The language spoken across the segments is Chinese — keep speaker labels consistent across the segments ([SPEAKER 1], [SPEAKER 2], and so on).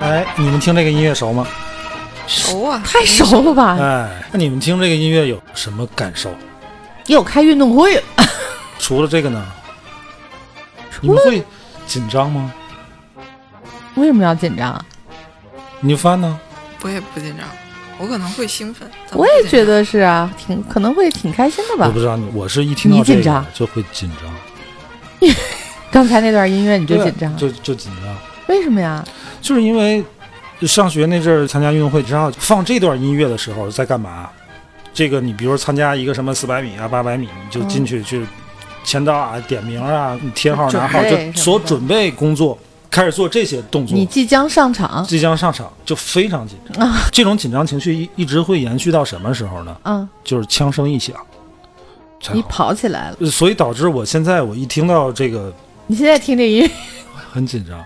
[SPEAKER 1] 哎，你们听这个音乐熟吗？
[SPEAKER 2] 熟啊，
[SPEAKER 3] 太熟了吧？
[SPEAKER 1] 哎，那你们听这个音乐有什么感受？
[SPEAKER 3] 又开运动会了，
[SPEAKER 1] 除了这个呢，你们会紧张吗？
[SPEAKER 3] 为什么要紧张啊？
[SPEAKER 1] 你翻呢？
[SPEAKER 4] 我也不紧张，我可能会兴奋。但
[SPEAKER 3] 我也觉
[SPEAKER 4] 不紧
[SPEAKER 3] 得是啊，挺可能会挺开心的
[SPEAKER 1] 我
[SPEAKER 3] 吧
[SPEAKER 1] 不。知道，我是一听到
[SPEAKER 3] 你
[SPEAKER 1] 这
[SPEAKER 3] 紧
[SPEAKER 1] 个
[SPEAKER 3] 张
[SPEAKER 1] 就会紧张，
[SPEAKER 3] 刚才那段音乐你就紧张，
[SPEAKER 1] 啊就就紧张。
[SPEAKER 3] 为什么呀？
[SPEAKER 1] 就是因为上学那阵儿参加运动会，然后放这段音乐的时候在干嘛？这个你比如参加一个什么四百米啊、八百米，你就进去去签到啊、点名啊、贴号、拿号，
[SPEAKER 3] 准备
[SPEAKER 1] 就所准备工作，开始做这些动作
[SPEAKER 3] 你。即将上场，
[SPEAKER 1] 即将上场就非常紧张，这种紧张情绪一一直会延续到什么时候呢？
[SPEAKER 3] 嗯，
[SPEAKER 1] 就是枪声一响，才
[SPEAKER 3] 你
[SPEAKER 1] 好
[SPEAKER 3] 跑起来了。
[SPEAKER 1] 呃所以导致我现在我一听到这个
[SPEAKER 3] 你现在听这音乐
[SPEAKER 1] 很紧张。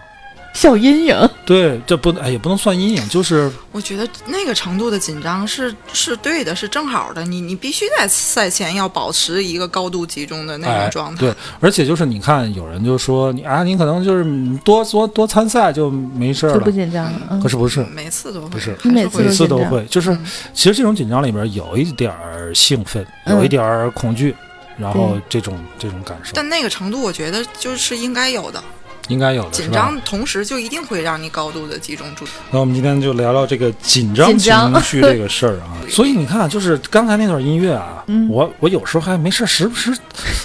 [SPEAKER 3] 小阴影，
[SPEAKER 1] 对，这不哎也不能算阴影，就是
[SPEAKER 4] 张，我觉得那个程度的紧张是是对的，是正好的。你你必须在赛前要保持一个高度集中的那
[SPEAKER 1] 哎
[SPEAKER 4] 种状态。
[SPEAKER 1] 对，而且就是你看，有人就说你啊，你可能就是嗯多多多参赛就没事儿
[SPEAKER 3] 就不
[SPEAKER 1] 了。
[SPEAKER 3] 紧张了。
[SPEAKER 1] 可
[SPEAKER 3] 嗯，
[SPEAKER 1] 是不是，
[SPEAKER 4] 每次都会，
[SPEAKER 1] 不是
[SPEAKER 4] 还
[SPEAKER 3] 每
[SPEAKER 1] 每
[SPEAKER 3] 都
[SPEAKER 4] 会
[SPEAKER 1] 次都
[SPEAKER 3] 紧张
[SPEAKER 1] 会，就是
[SPEAKER 4] 嗯
[SPEAKER 1] 其实这种紧张里边有一点儿兴奋，
[SPEAKER 3] 嗯
[SPEAKER 1] 有一点儿恐惧，然后这种这种感受
[SPEAKER 4] 但那个程度，我觉得就是应该有的。
[SPEAKER 1] 应该有的是啊
[SPEAKER 4] 紧
[SPEAKER 1] 吧？
[SPEAKER 4] 张同时就一定会让你高度的集中注意。
[SPEAKER 1] 那我们今天就聊聊这个紧张
[SPEAKER 3] 紧张
[SPEAKER 1] 情绪这个事儿啊。 所以你看，就是刚才那段音乐啊，
[SPEAKER 3] 嗯
[SPEAKER 1] 我我有时候还没事儿，时不时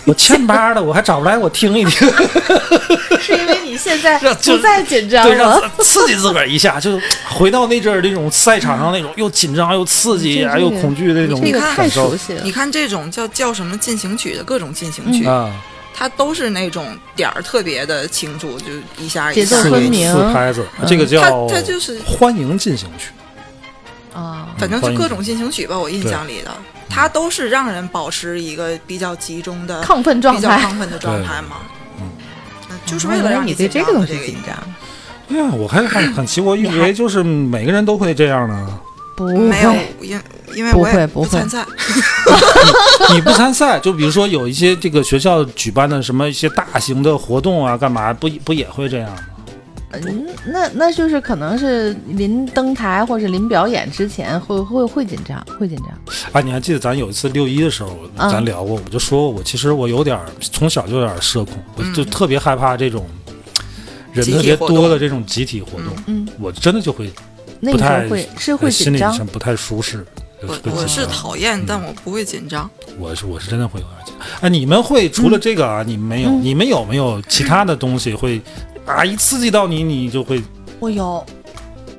[SPEAKER 1] 我欠巴的，我还找不来我听一听。
[SPEAKER 3] 嗯是因为你 现在
[SPEAKER 1] 就
[SPEAKER 3] 不再紧张
[SPEAKER 1] 对，让
[SPEAKER 3] 了，
[SPEAKER 1] 自刺激自个儿一下，就是回到那阵儿那种赛场上那种又紧张又刺激
[SPEAKER 3] 这
[SPEAKER 1] 啊又
[SPEAKER 3] 这个
[SPEAKER 1] 恐惧的那种
[SPEAKER 3] 这个太
[SPEAKER 1] 感受
[SPEAKER 3] 熟悉了
[SPEAKER 4] 你。看这种叫叫什么进行曲的各种进
[SPEAKER 3] 嗯
[SPEAKER 4] 行曲，
[SPEAKER 1] 啊，
[SPEAKER 4] 它都是那种点儿特别的清楚，就一下
[SPEAKER 3] 节
[SPEAKER 4] 一
[SPEAKER 3] 奏
[SPEAKER 4] 下
[SPEAKER 1] 四
[SPEAKER 3] 分
[SPEAKER 1] 个
[SPEAKER 3] 明
[SPEAKER 1] 四拍子，
[SPEAKER 3] 嗯
[SPEAKER 1] 这个
[SPEAKER 4] 它
[SPEAKER 1] 叫
[SPEAKER 4] 它就是
[SPEAKER 1] 欢迎进行曲，
[SPEAKER 3] 啊，
[SPEAKER 4] 反正
[SPEAKER 1] 欢迎
[SPEAKER 4] 就各种进行曲吧，我印象里的，它都是让人保持一个比较集中的、
[SPEAKER 3] 亢奋状
[SPEAKER 4] 比较
[SPEAKER 3] 态，
[SPEAKER 4] 亢奋的状态嘛。
[SPEAKER 1] 嗯
[SPEAKER 4] 嗯，就是为了
[SPEAKER 3] 哦
[SPEAKER 4] 让
[SPEAKER 3] 你对
[SPEAKER 4] 紧
[SPEAKER 3] 这
[SPEAKER 4] 张
[SPEAKER 3] 个东
[SPEAKER 4] 的
[SPEAKER 3] 西
[SPEAKER 4] 这
[SPEAKER 3] 紧
[SPEAKER 4] 个。
[SPEAKER 3] 张，
[SPEAKER 1] 对呀，我还很很奇怪，我以为就是每个人都会这样呢。
[SPEAKER 3] 不
[SPEAKER 4] 没有
[SPEAKER 3] 会，
[SPEAKER 4] 因因为
[SPEAKER 3] 不
[SPEAKER 4] 我也
[SPEAKER 3] 会不会
[SPEAKER 4] 参赛，
[SPEAKER 1] 你不参赛，就比如说有一些这个学校举办的什么一些大型的活动啊，干嘛不不也会这样吗？
[SPEAKER 4] 呃
[SPEAKER 3] 嗯，那那就是可能是临登台或是临表演之前会会会紧张，会紧张，
[SPEAKER 1] 啊，你还记得咱有一次六一的时候，
[SPEAKER 3] 嗯
[SPEAKER 1] 咱聊过，我就说我其实我有点儿从小就有点儿社恐，我就
[SPEAKER 3] 嗯
[SPEAKER 1] 特别害怕这种人
[SPEAKER 4] 集体
[SPEAKER 1] 特别
[SPEAKER 4] 活
[SPEAKER 1] 多
[SPEAKER 4] 动
[SPEAKER 1] 的这种集体活动，
[SPEAKER 3] 嗯，
[SPEAKER 1] 我真的就会
[SPEAKER 3] 那
[SPEAKER 1] 不
[SPEAKER 3] 个时
[SPEAKER 1] 太呃
[SPEAKER 3] 候会是会
[SPEAKER 1] 心
[SPEAKER 3] 紧
[SPEAKER 1] 里
[SPEAKER 3] 张，
[SPEAKER 1] 上不太舒适。就
[SPEAKER 4] 我
[SPEAKER 1] 会
[SPEAKER 4] 我
[SPEAKER 1] 紧
[SPEAKER 4] 是
[SPEAKER 1] 张
[SPEAKER 4] 讨厌，但我不会紧张。
[SPEAKER 1] 啊我是我是真的会有点紧张。哎，你们会除
[SPEAKER 3] 嗯
[SPEAKER 1] 了这个啊，你们没有，你们有没有其他的东西会啊一刺激到你，你就会
[SPEAKER 3] 我有。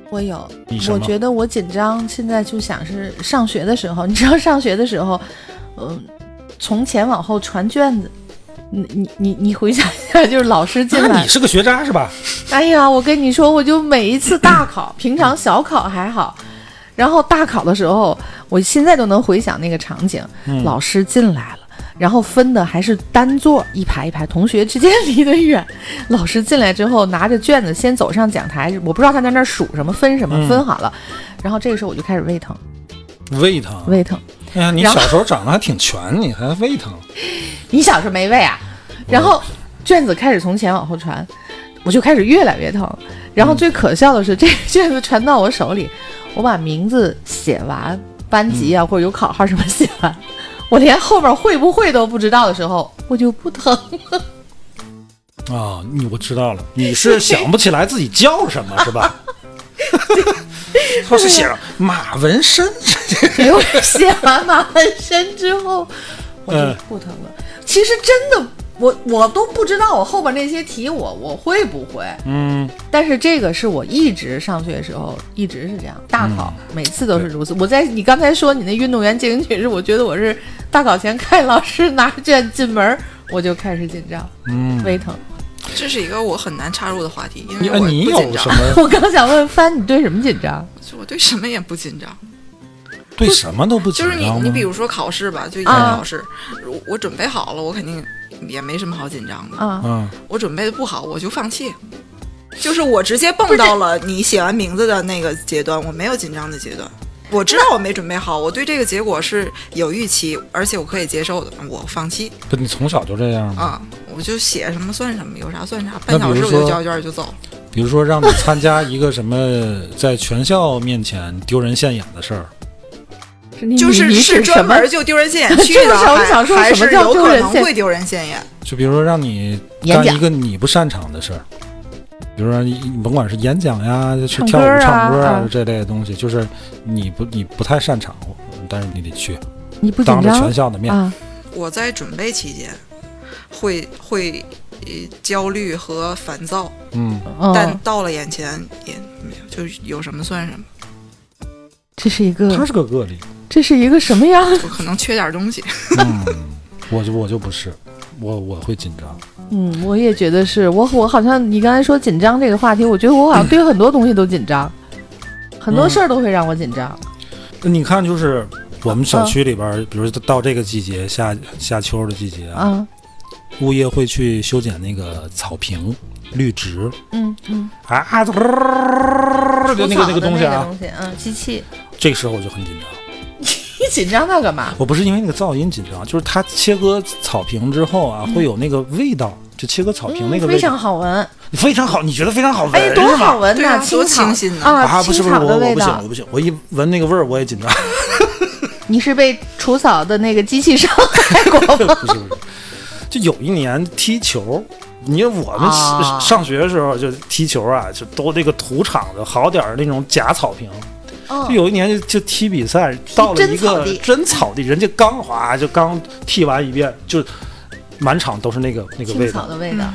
[SPEAKER 3] 我有
[SPEAKER 1] 你什，么
[SPEAKER 3] 我觉得我紧张，现在就想是上学的时候， 你知道上学的时候，嗯、从前往后传卷子，你你你你回想一下，就是老师进
[SPEAKER 1] 那
[SPEAKER 3] 来
[SPEAKER 1] 啊你，是个学渣是吧？
[SPEAKER 3] 哎呀，我跟你说，我就每一次大考，平常小考还好，然后大考的时候，我现在都能回想那个场景，老师进来了。然后分的还是单座，一排一排，同学之间离得远。老师进来之后，拿着卷子先走上讲台，我不知道他在那儿数什么，分什么，分好了。然后这个时候我就开始胃疼，
[SPEAKER 1] 胃疼。
[SPEAKER 3] 胃疼。
[SPEAKER 1] 哎呀，你
[SPEAKER 3] 然
[SPEAKER 1] 小
[SPEAKER 3] 后
[SPEAKER 1] 时候长得还挺全，你还胃疼。
[SPEAKER 3] 你小时候没喂啊？然后卷子开始从前往后传，我就开始越来越疼。然后最可笑的是，这个卷子传到我手里，我把名字写完，班级啊、或者有考号什么写完，我连后面会不会都不知道的时候，我就不疼了。
[SPEAKER 1] 啊、你我知道了，你是想不起来自己叫什么是 吧？说是写上马纹身，
[SPEAKER 3] 给我写完马鞍山之后，我就
[SPEAKER 1] 嗯
[SPEAKER 3] 不疼了。其实真的，我我都不知道我后边那些题我我会不会。
[SPEAKER 1] 嗯，
[SPEAKER 3] 但是这个是我一直上学的时候一直是这样，大考、
[SPEAKER 1] 嗯
[SPEAKER 3] 每次都是如此。我在你刚才说你那运动员进行曲是，我觉得我是大考前看老师拿着卷进门儿，我就开始紧张，嗯，胃疼。
[SPEAKER 4] 这是一个我很难插入的话题，因为
[SPEAKER 1] 哎，
[SPEAKER 4] 我
[SPEAKER 1] 你
[SPEAKER 4] 不紧
[SPEAKER 1] 有
[SPEAKER 4] 张
[SPEAKER 1] 什，么
[SPEAKER 3] 我刚想问帆，你对什么紧张？
[SPEAKER 4] 就我对什么也不紧张。
[SPEAKER 1] 对什么都不紧
[SPEAKER 4] 就是你
[SPEAKER 1] 张吗？
[SPEAKER 4] 你比如说考试吧，就一
[SPEAKER 3] 啊
[SPEAKER 4] 般考试，我我准备好了，我肯定也没什么好紧张的。
[SPEAKER 3] 啊，
[SPEAKER 1] 嗯，
[SPEAKER 4] 我准备的不好，我就放弃。就是我直接蹦到了你写完名字的那个阶段，我没有紧张的阶段。我知道我没准备好，我对这个结果是有预期，而且我可以接受的，我放弃
[SPEAKER 1] 不，你从小就这样吗？
[SPEAKER 4] 啊、我就写什么算什么，有啥算啥，
[SPEAKER 1] 那
[SPEAKER 4] 半
[SPEAKER 1] 比
[SPEAKER 4] 小
[SPEAKER 1] 如
[SPEAKER 4] 时
[SPEAKER 1] 说
[SPEAKER 4] 我就交卷就走。
[SPEAKER 1] 比如说让你参加一个什么在全校面前丢人现眼的事儿，
[SPEAKER 3] 你
[SPEAKER 4] 就是
[SPEAKER 3] 你你
[SPEAKER 4] 是
[SPEAKER 3] 指
[SPEAKER 4] 专
[SPEAKER 3] 什么？
[SPEAKER 4] 门就丢人 现眼去
[SPEAKER 3] 这个
[SPEAKER 4] 的，
[SPEAKER 3] 时候我
[SPEAKER 4] 还
[SPEAKER 3] 想说
[SPEAKER 4] 还
[SPEAKER 3] 什么
[SPEAKER 4] 是
[SPEAKER 3] 叫
[SPEAKER 4] 有
[SPEAKER 3] 丢
[SPEAKER 4] 可
[SPEAKER 3] 人
[SPEAKER 4] 能
[SPEAKER 3] 现
[SPEAKER 4] 会丢人现眼。
[SPEAKER 1] 就比如说让你
[SPEAKER 3] 演
[SPEAKER 1] 干
[SPEAKER 3] 讲
[SPEAKER 1] 一个你不擅长的事儿，比如说你你甭管是演讲呀，就去
[SPEAKER 3] 唱
[SPEAKER 1] 跳舞、
[SPEAKER 3] 歌啊
[SPEAKER 1] 唱歌
[SPEAKER 3] 啊
[SPEAKER 1] 这类的东西，就是你不你不太擅长，但是你得去，
[SPEAKER 3] 你不
[SPEAKER 1] 当
[SPEAKER 3] 紧
[SPEAKER 1] 着全
[SPEAKER 3] 张
[SPEAKER 1] 校的面。
[SPEAKER 3] 啊？
[SPEAKER 4] 我在准备期间会会呃焦虑和烦躁，
[SPEAKER 1] 嗯，
[SPEAKER 4] 但
[SPEAKER 3] 嗯，
[SPEAKER 4] 到了眼前也没有，就是有什么算什么，
[SPEAKER 3] 这是一
[SPEAKER 1] 他
[SPEAKER 3] 个
[SPEAKER 1] 是个个例。
[SPEAKER 3] 这是一个什么样？
[SPEAKER 4] 我可能缺点东西。
[SPEAKER 1] 嗯，我就我就不是，我我会紧张。
[SPEAKER 3] 嗯，我也觉得是我，我好像你刚才说紧张这个话题，我觉得我好像对很多东西都紧张，很多事儿都会让我紧张。
[SPEAKER 1] 你看，就是
[SPEAKER 3] 嗯
[SPEAKER 1] 我们小区里边儿，比如到这个季节，夏夏秋的季节啊，
[SPEAKER 3] 啊，
[SPEAKER 1] 物业会去修剪那个草坪、绿植
[SPEAKER 3] 嗯嗯，
[SPEAKER 1] 啊啊，就那个那个东西啊，
[SPEAKER 3] 东西，嗯，机器，
[SPEAKER 1] 这个时候我就很紧张。
[SPEAKER 3] 你紧张它干嘛？
[SPEAKER 1] 我不是因为那个噪音紧张，就是它切割草坪之后啊，会有那个味道，就切割草坪那个
[SPEAKER 3] 嗯非
[SPEAKER 1] 味道
[SPEAKER 3] 常好闻，
[SPEAKER 1] 非常好，你觉得非常好闻
[SPEAKER 3] 哎，多
[SPEAKER 1] 是
[SPEAKER 3] 好
[SPEAKER 1] 吗？
[SPEAKER 3] 闻
[SPEAKER 4] 对
[SPEAKER 3] 呐，
[SPEAKER 4] 啊
[SPEAKER 3] 青
[SPEAKER 4] 多
[SPEAKER 3] 草
[SPEAKER 4] 清新呐
[SPEAKER 3] 啊，
[SPEAKER 1] 啊，不是
[SPEAKER 3] 青
[SPEAKER 1] 不是，
[SPEAKER 3] 草
[SPEAKER 1] 我
[SPEAKER 3] 的
[SPEAKER 1] 我
[SPEAKER 3] 味
[SPEAKER 1] 不行，
[SPEAKER 3] 道
[SPEAKER 1] 我。不行，我一闻那个味儿我也紧张。
[SPEAKER 3] 你是被除草的那个机器伤害过吗？
[SPEAKER 1] 不是不是，就有一年踢球，你看我们
[SPEAKER 3] 啊
[SPEAKER 1] 上上学的时候就踢球啊，就都那个土场子好点儿那种假草坪。就有一年就就踢比赛，到了一个
[SPEAKER 3] 嗯真草地
[SPEAKER 1] 真草地，人家刚滑就刚踢完一遍，就满场都是那个那个
[SPEAKER 3] 青
[SPEAKER 1] 味
[SPEAKER 3] 草
[SPEAKER 1] 道。
[SPEAKER 3] 的味道，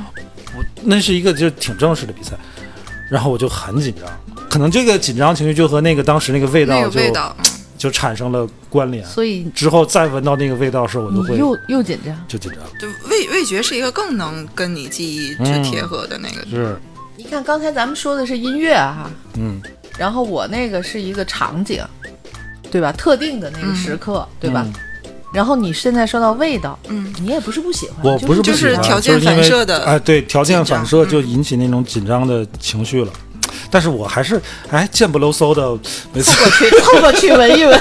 [SPEAKER 1] 那是一个就是挺正式的比赛，然后我就很紧张，可能这个紧张情绪就和那个当时那个味
[SPEAKER 4] 那
[SPEAKER 1] 道
[SPEAKER 4] 个
[SPEAKER 1] 就
[SPEAKER 4] 味道，
[SPEAKER 1] 就产生了关联。
[SPEAKER 3] 所以
[SPEAKER 1] 之后再闻到那个味道时，我就
[SPEAKER 3] 你
[SPEAKER 1] 会
[SPEAKER 3] 又又紧张。
[SPEAKER 1] 就紧张。
[SPEAKER 4] 就味味觉是一个更能跟你记忆
[SPEAKER 1] 嗯
[SPEAKER 4] 去贴合的那个。
[SPEAKER 1] 是，
[SPEAKER 3] 你看刚才咱们说的是音乐啊，
[SPEAKER 1] 嗯，
[SPEAKER 3] 然后我那个是一个场景，对吧？特定的那个时刻，对吧？
[SPEAKER 1] 嗯
[SPEAKER 3] 然后你现在说到味道，
[SPEAKER 4] 嗯，
[SPEAKER 3] 你也不是不喜欢，
[SPEAKER 1] 我
[SPEAKER 3] 就
[SPEAKER 1] 不是不
[SPEAKER 4] 就是
[SPEAKER 1] 喜欢
[SPEAKER 4] 条件
[SPEAKER 1] 因为
[SPEAKER 4] 反射的
[SPEAKER 1] 哎，对，条件
[SPEAKER 4] 紧张
[SPEAKER 1] 反射就引起那种紧张的情绪了。但是我还是哎贱不溜嗖的，每次
[SPEAKER 3] 凑过去凑过去 闻一闻，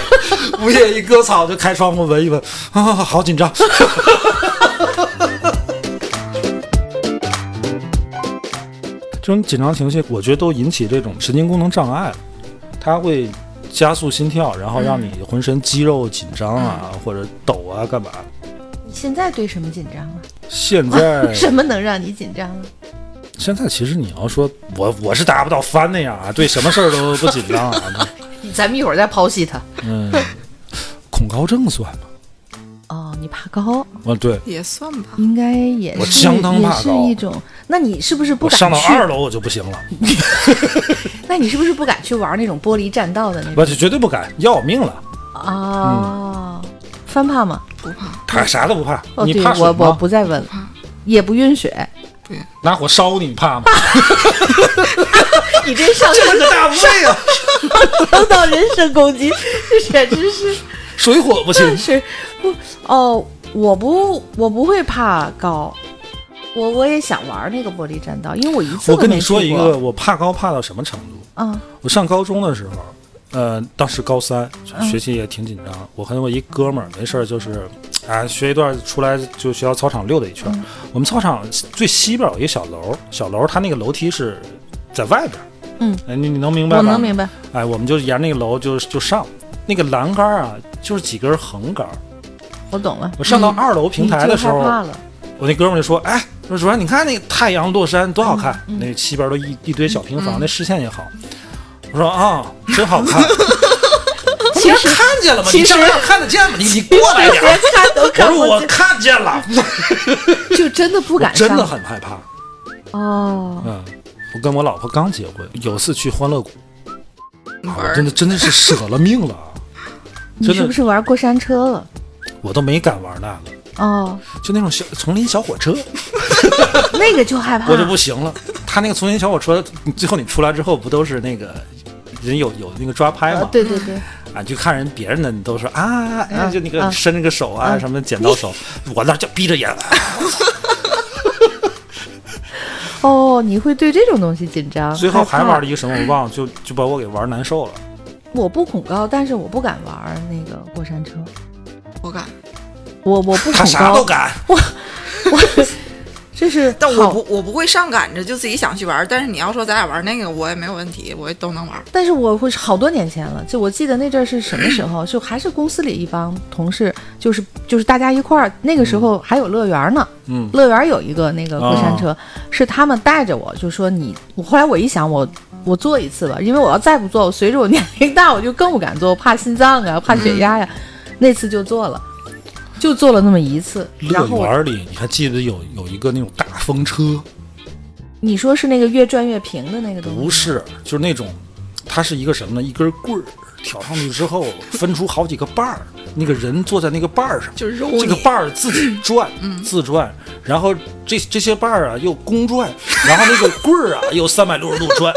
[SPEAKER 1] 物业一割草就开窗户闻一闻，啊，好紧张。 这种紧张情绪，我觉得都引起这种神经功能障碍了，它会加速心跳，然后让
[SPEAKER 4] 嗯
[SPEAKER 1] 你浑身肌肉紧张啊，或者抖啊，干嘛？
[SPEAKER 3] 你现在对什么紧张啊？
[SPEAKER 1] 现 在
[SPEAKER 3] 什么能让你紧张啊？
[SPEAKER 1] 现在其实你要说我我是达不到翻那样啊，对什么事儿都不紧张 啊，
[SPEAKER 3] 咱们一会儿再剖析它。
[SPEAKER 1] 嗯，恐高症算吗？
[SPEAKER 3] 哦，你爬高，
[SPEAKER 1] 啊，对
[SPEAKER 4] 也算吧，
[SPEAKER 3] 应该也是
[SPEAKER 1] 我相当怕高
[SPEAKER 3] 也是一种。那你是不是不
[SPEAKER 1] 我
[SPEAKER 3] 敢
[SPEAKER 1] 上到
[SPEAKER 3] 去？
[SPEAKER 1] 二楼我就不行了。
[SPEAKER 3] 那你是不是不敢去玩那种玻璃栈道的那种
[SPEAKER 1] 我？是绝对不敢，要我命了。嗯
[SPEAKER 3] 啊，翻怕吗？
[SPEAKER 4] 不怕，
[SPEAKER 1] 他啥都不怕，
[SPEAKER 3] 哦，
[SPEAKER 1] 你
[SPEAKER 3] 对，
[SPEAKER 1] 怕水
[SPEAKER 3] 我
[SPEAKER 1] 吗？
[SPEAKER 3] 我不再问了，也不晕血。
[SPEAKER 1] 拿火烧你，你怕 吗？
[SPEAKER 3] 你这上升
[SPEAKER 1] 个大无畏啊！
[SPEAKER 3] 受到人身攻 击，这简直是
[SPEAKER 1] 水火不侵。
[SPEAKER 3] 是不哦，我不我不会怕高，我我也想玩那个玻璃栈道，因为我一次
[SPEAKER 1] 我
[SPEAKER 3] 都
[SPEAKER 1] 跟
[SPEAKER 3] 没
[SPEAKER 1] 你说
[SPEAKER 3] 去
[SPEAKER 1] 一
[SPEAKER 3] 过
[SPEAKER 1] 个，我怕高怕到什么程度？
[SPEAKER 3] 啊，
[SPEAKER 1] 我上高中的时候，呃，当时高三，
[SPEAKER 3] 嗯
[SPEAKER 1] 学习也挺紧张。我和我一哥们儿没事儿就是，啊，学一段出来就学校操场溜达一圈儿。
[SPEAKER 3] 嗯
[SPEAKER 1] 我们操场最西边有一个小楼，小楼它那个楼梯是在外边儿。
[SPEAKER 3] 嗯
[SPEAKER 1] 哎，你你能明白
[SPEAKER 3] 我
[SPEAKER 1] 吧？
[SPEAKER 3] 能明白，
[SPEAKER 1] 哎，我们就沿那个楼就就上，那个栏杆儿啊，就是几根横杆儿。
[SPEAKER 3] 我懂了。
[SPEAKER 1] 我上到二楼平台的时候，
[SPEAKER 3] 嗯你就害怕 了，
[SPEAKER 1] 我那哥们儿就说：“哎，说主任，你看那个太阳落山
[SPEAKER 3] 嗯
[SPEAKER 1] 多好看，那西边都一一堆小平房，那视线也好。”我说：“啊、真好 看。
[SPEAKER 3] 其实
[SPEAKER 1] 看见了吗？
[SPEAKER 3] 其
[SPEAKER 1] 你
[SPEAKER 3] 实
[SPEAKER 1] 正面看得见吗？你你过来点
[SPEAKER 3] 连
[SPEAKER 1] 儿。”
[SPEAKER 3] 看都
[SPEAKER 1] 我
[SPEAKER 3] 看
[SPEAKER 1] 说：“
[SPEAKER 3] 不
[SPEAKER 1] 我
[SPEAKER 3] 见，
[SPEAKER 1] 看见了。
[SPEAKER 3] 就真的不
[SPEAKER 1] 我
[SPEAKER 3] 敢上，
[SPEAKER 1] 真的很害怕。
[SPEAKER 3] 哦，
[SPEAKER 1] 嗯，我跟我老婆刚结婚，有次去欢乐谷，啊
[SPEAKER 4] 玩
[SPEAKER 1] 我
[SPEAKER 4] 儿
[SPEAKER 1] 真的真的是舍了命了啊，
[SPEAKER 3] 你
[SPEAKER 1] 真的
[SPEAKER 3] 是不是玩过山车了？
[SPEAKER 1] 我都没敢玩那个。
[SPEAKER 3] 哦，啊
[SPEAKER 1] 就那种小丛林小火车，
[SPEAKER 3] 那个就害怕，
[SPEAKER 1] 我就不行了。他那个从前小火车，最后你出来之后不都是那个人有有那个抓拍
[SPEAKER 3] 啊
[SPEAKER 1] 吗？
[SPEAKER 3] 对对对，
[SPEAKER 1] 啊，你就看人别人的，你都说啊，哎
[SPEAKER 3] 啊
[SPEAKER 1] 就那个
[SPEAKER 3] 啊
[SPEAKER 1] 伸那个手啊
[SPEAKER 3] 啊
[SPEAKER 1] 什么剪刀手，我那就闭着眼。
[SPEAKER 3] 哦，你会对这种东西紧张。
[SPEAKER 1] 最后还
[SPEAKER 3] 害怕
[SPEAKER 1] 玩了一个什么我忘了，就就把我给玩难受了。
[SPEAKER 3] 我不恐高，但是我不敢玩儿那个过山车。
[SPEAKER 4] 我敢，
[SPEAKER 3] 我我不
[SPEAKER 1] 他
[SPEAKER 3] 恐
[SPEAKER 1] 啥都
[SPEAKER 3] 高，
[SPEAKER 1] 敢，
[SPEAKER 3] 这 是
[SPEAKER 4] 但我
[SPEAKER 3] 好
[SPEAKER 4] 不我不会上赶着就自己想去玩儿，但是你要说咱俩玩儿那个，我也没有问题，我也都能玩儿。
[SPEAKER 3] 但是我会是好多年前了，就我记得那阵儿是什么时候，就还是公司里一帮同事，就是就是大家一块儿，那个时候还有乐园呢，
[SPEAKER 1] 嗯，
[SPEAKER 3] 乐园有一个那个过
[SPEAKER 1] 啊
[SPEAKER 3] 山车，是他们带着我，就说你，我后来我一想，我我坐一次吧，因为我要再不坐，我随着我年龄大，我就更不敢坐，我怕心脏啊，怕血压呀、
[SPEAKER 1] 嗯
[SPEAKER 3] 那次就坐了，就坐了那么一次，然
[SPEAKER 1] 乐
[SPEAKER 3] 后我
[SPEAKER 1] 园里你还记得有有一个那种大风车，
[SPEAKER 3] 你说是那个越转越平的那个东西吗？
[SPEAKER 1] 不是，就是那种，它是一个什么呢？一根棍儿挑上去之后，分出好几个瓣儿，那个人坐在那个瓣儿上，
[SPEAKER 4] 就是揉
[SPEAKER 1] 这个
[SPEAKER 4] 你
[SPEAKER 1] 瓣儿自己转，自转，然后这这些瓣儿啊又公转，然后那个棍儿啊又三百六十度转，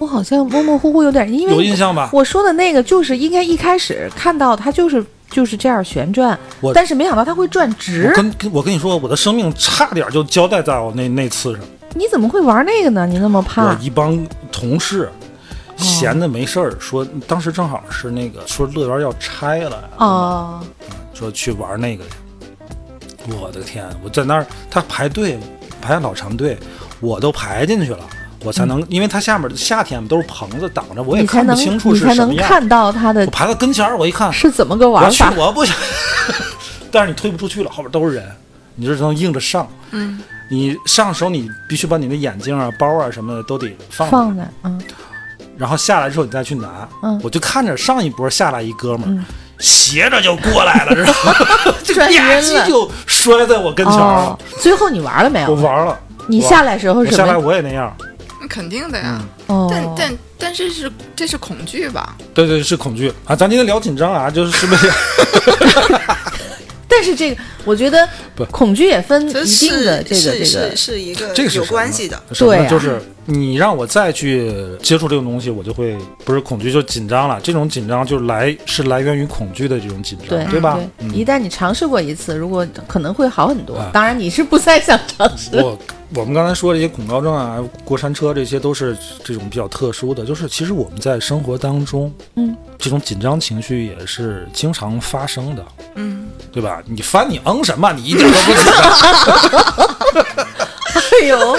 [SPEAKER 3] 我好像模模糊糊有点，因为
[SPEAKER 1] 有印象吧？
[SPEAKER 3] 我说的那个就是应该一开始看到它就是就是这样旋转
[SPEAKER 1] 我，
[SPEAKER 3] 但是没想到它会转直
[SPEAKER 1] 我。跟跟我跟你说，我的生命差点就交代在我那那次上。
[SPEAKER 3] 你怎么会玩那个呢？你那么
[SPEAKER 1] 我
[SPEAKER 3] 怕？
[SPEAKER 1] 一帮同事
[SPEAKER 3] 哦
[SPEAKER 1] 闲的没事儿，说当时正好是那个说乐园要拆了，
[SPEAKER 3] 哦，
[SPEAKER 1] 说去玩那个去。我的天！我在那儿，他排队排老长队，我都排进去了，我才能，因为他下面夏天都是棚子挡着，我也
[SPEAKER 3] 嗯你才
[SPEAKER 1] 看不
[SPEAKER 3] 能
[SPEAKER 1] 清楚
[SPEAKER 3] 你
[SPEAKER 1] 是
[SPEAKER 3] 才
[SPEAKER 1] 什么
[SPEAKER 3] 能
[SPEAKER 1] 样。
[SPEAKER 3] 看到它的
[SPEAKER 1] 我排到跟前儿，我一看，
[SPEAKER 3] 是怎么个
[SPEAKER 1] 我
[SPEAKER 3] 玩
[SPEAKER 1] 去
[SPEAKER 3] 法，。
[SPEAKER 1] 我不想。 但是你推不出去了，后边都是人，你就只能硬着上。嗯，你上手你必须把你的眼镜啊、包啊什么的都得放着
[SPEAKER 3] 放在嗯，
[SPEAKER 1] 然后下来之后你再去拿。
[SPEAKER 3] 嗯
[SPEAKER 1] 我就看着上一波下来一哥们儿，斜着就过来了，知道吗？
[SPEAKER 3] 转
[SPEAKER 1] 吧
[SPEAKER 3] 晕
[SPEAKER 1] 唧
[SPEAKER 3] 了。
[SPEAKER 1] 就摔在我跟前儿了
[SPEAKER 3] 哦。，最后你玩了没
[SPEAKER 1] 我
[SPEAKER 3] 有？
[SPEAKER 1] 玩了，
[SPEAKER 3] 你下来时候
[SPEAKER 1] 我
[SPEAKER 3] 是
[SPEAKER 1] 下
[SPEAKER 3] 什
[SPEAKER 1] 来
[SPEAKER 3] 么？
[SPEAKER 1] 我也那样。
[SPEAKER 4] 那肯定的呀。
[SPEAKER 3] 哦，
[SPEAKER 4] 但但但是是这是恐惧吧？
[SPEAKER 1] 对对，是恐惧啊！咱今天聊紧张啊，就是不是？
[SPEAKER 3] 但是这个我觉得
[SPEAKER 1] 不
[SPEAKER 3] 恐惧也分
[SPEAKER 4] 这
[SPEAKER 3] 一
[SPEAKER 4] 是
[SPEAKER 3] 定的这个
[SPEAKER 4] 是
[SPEAKER 3] 这个
[SPEAKER 4] 是是一个
[SPEAKER 1] 这个是什
[SPEAKER 4] 呃有
[SPEAKER 1] 么
[SPEAKER 4] 关系的。
[SPEAKER 1] 什么
[SPEAKER 3] 对啊
[SPEAKER 1] 就是你让我再去接触这种东西，我就会不是恐惧，就紧张了。这种紧张就来是来源于恐惧的这种紧张，
[SPEAKER 3] 对
[SPEAKER 1] 吧？嗯
[SPEAKER 3] 一旦你尝试过一次，如果可能会好很多
[SPEAKER 1] 啊。
[SPEAKER 3] 当然你是不再想尝试。
[SPEAKER 1] 我我们刚才说这些恐高症啊、过山车这些都是这种比较特殊的，就是其实我们在生活当中，
[SPEAKER 3] 嗯，
[SPEAKER 1] 这种紧张情绪也是经常发生的，
[SPEAKER 4] 嗯，
[SPEAKER 1] 对吧？你翻你嗯什么？你一点都不紧张，
[SPEAKER 3] 哎呦，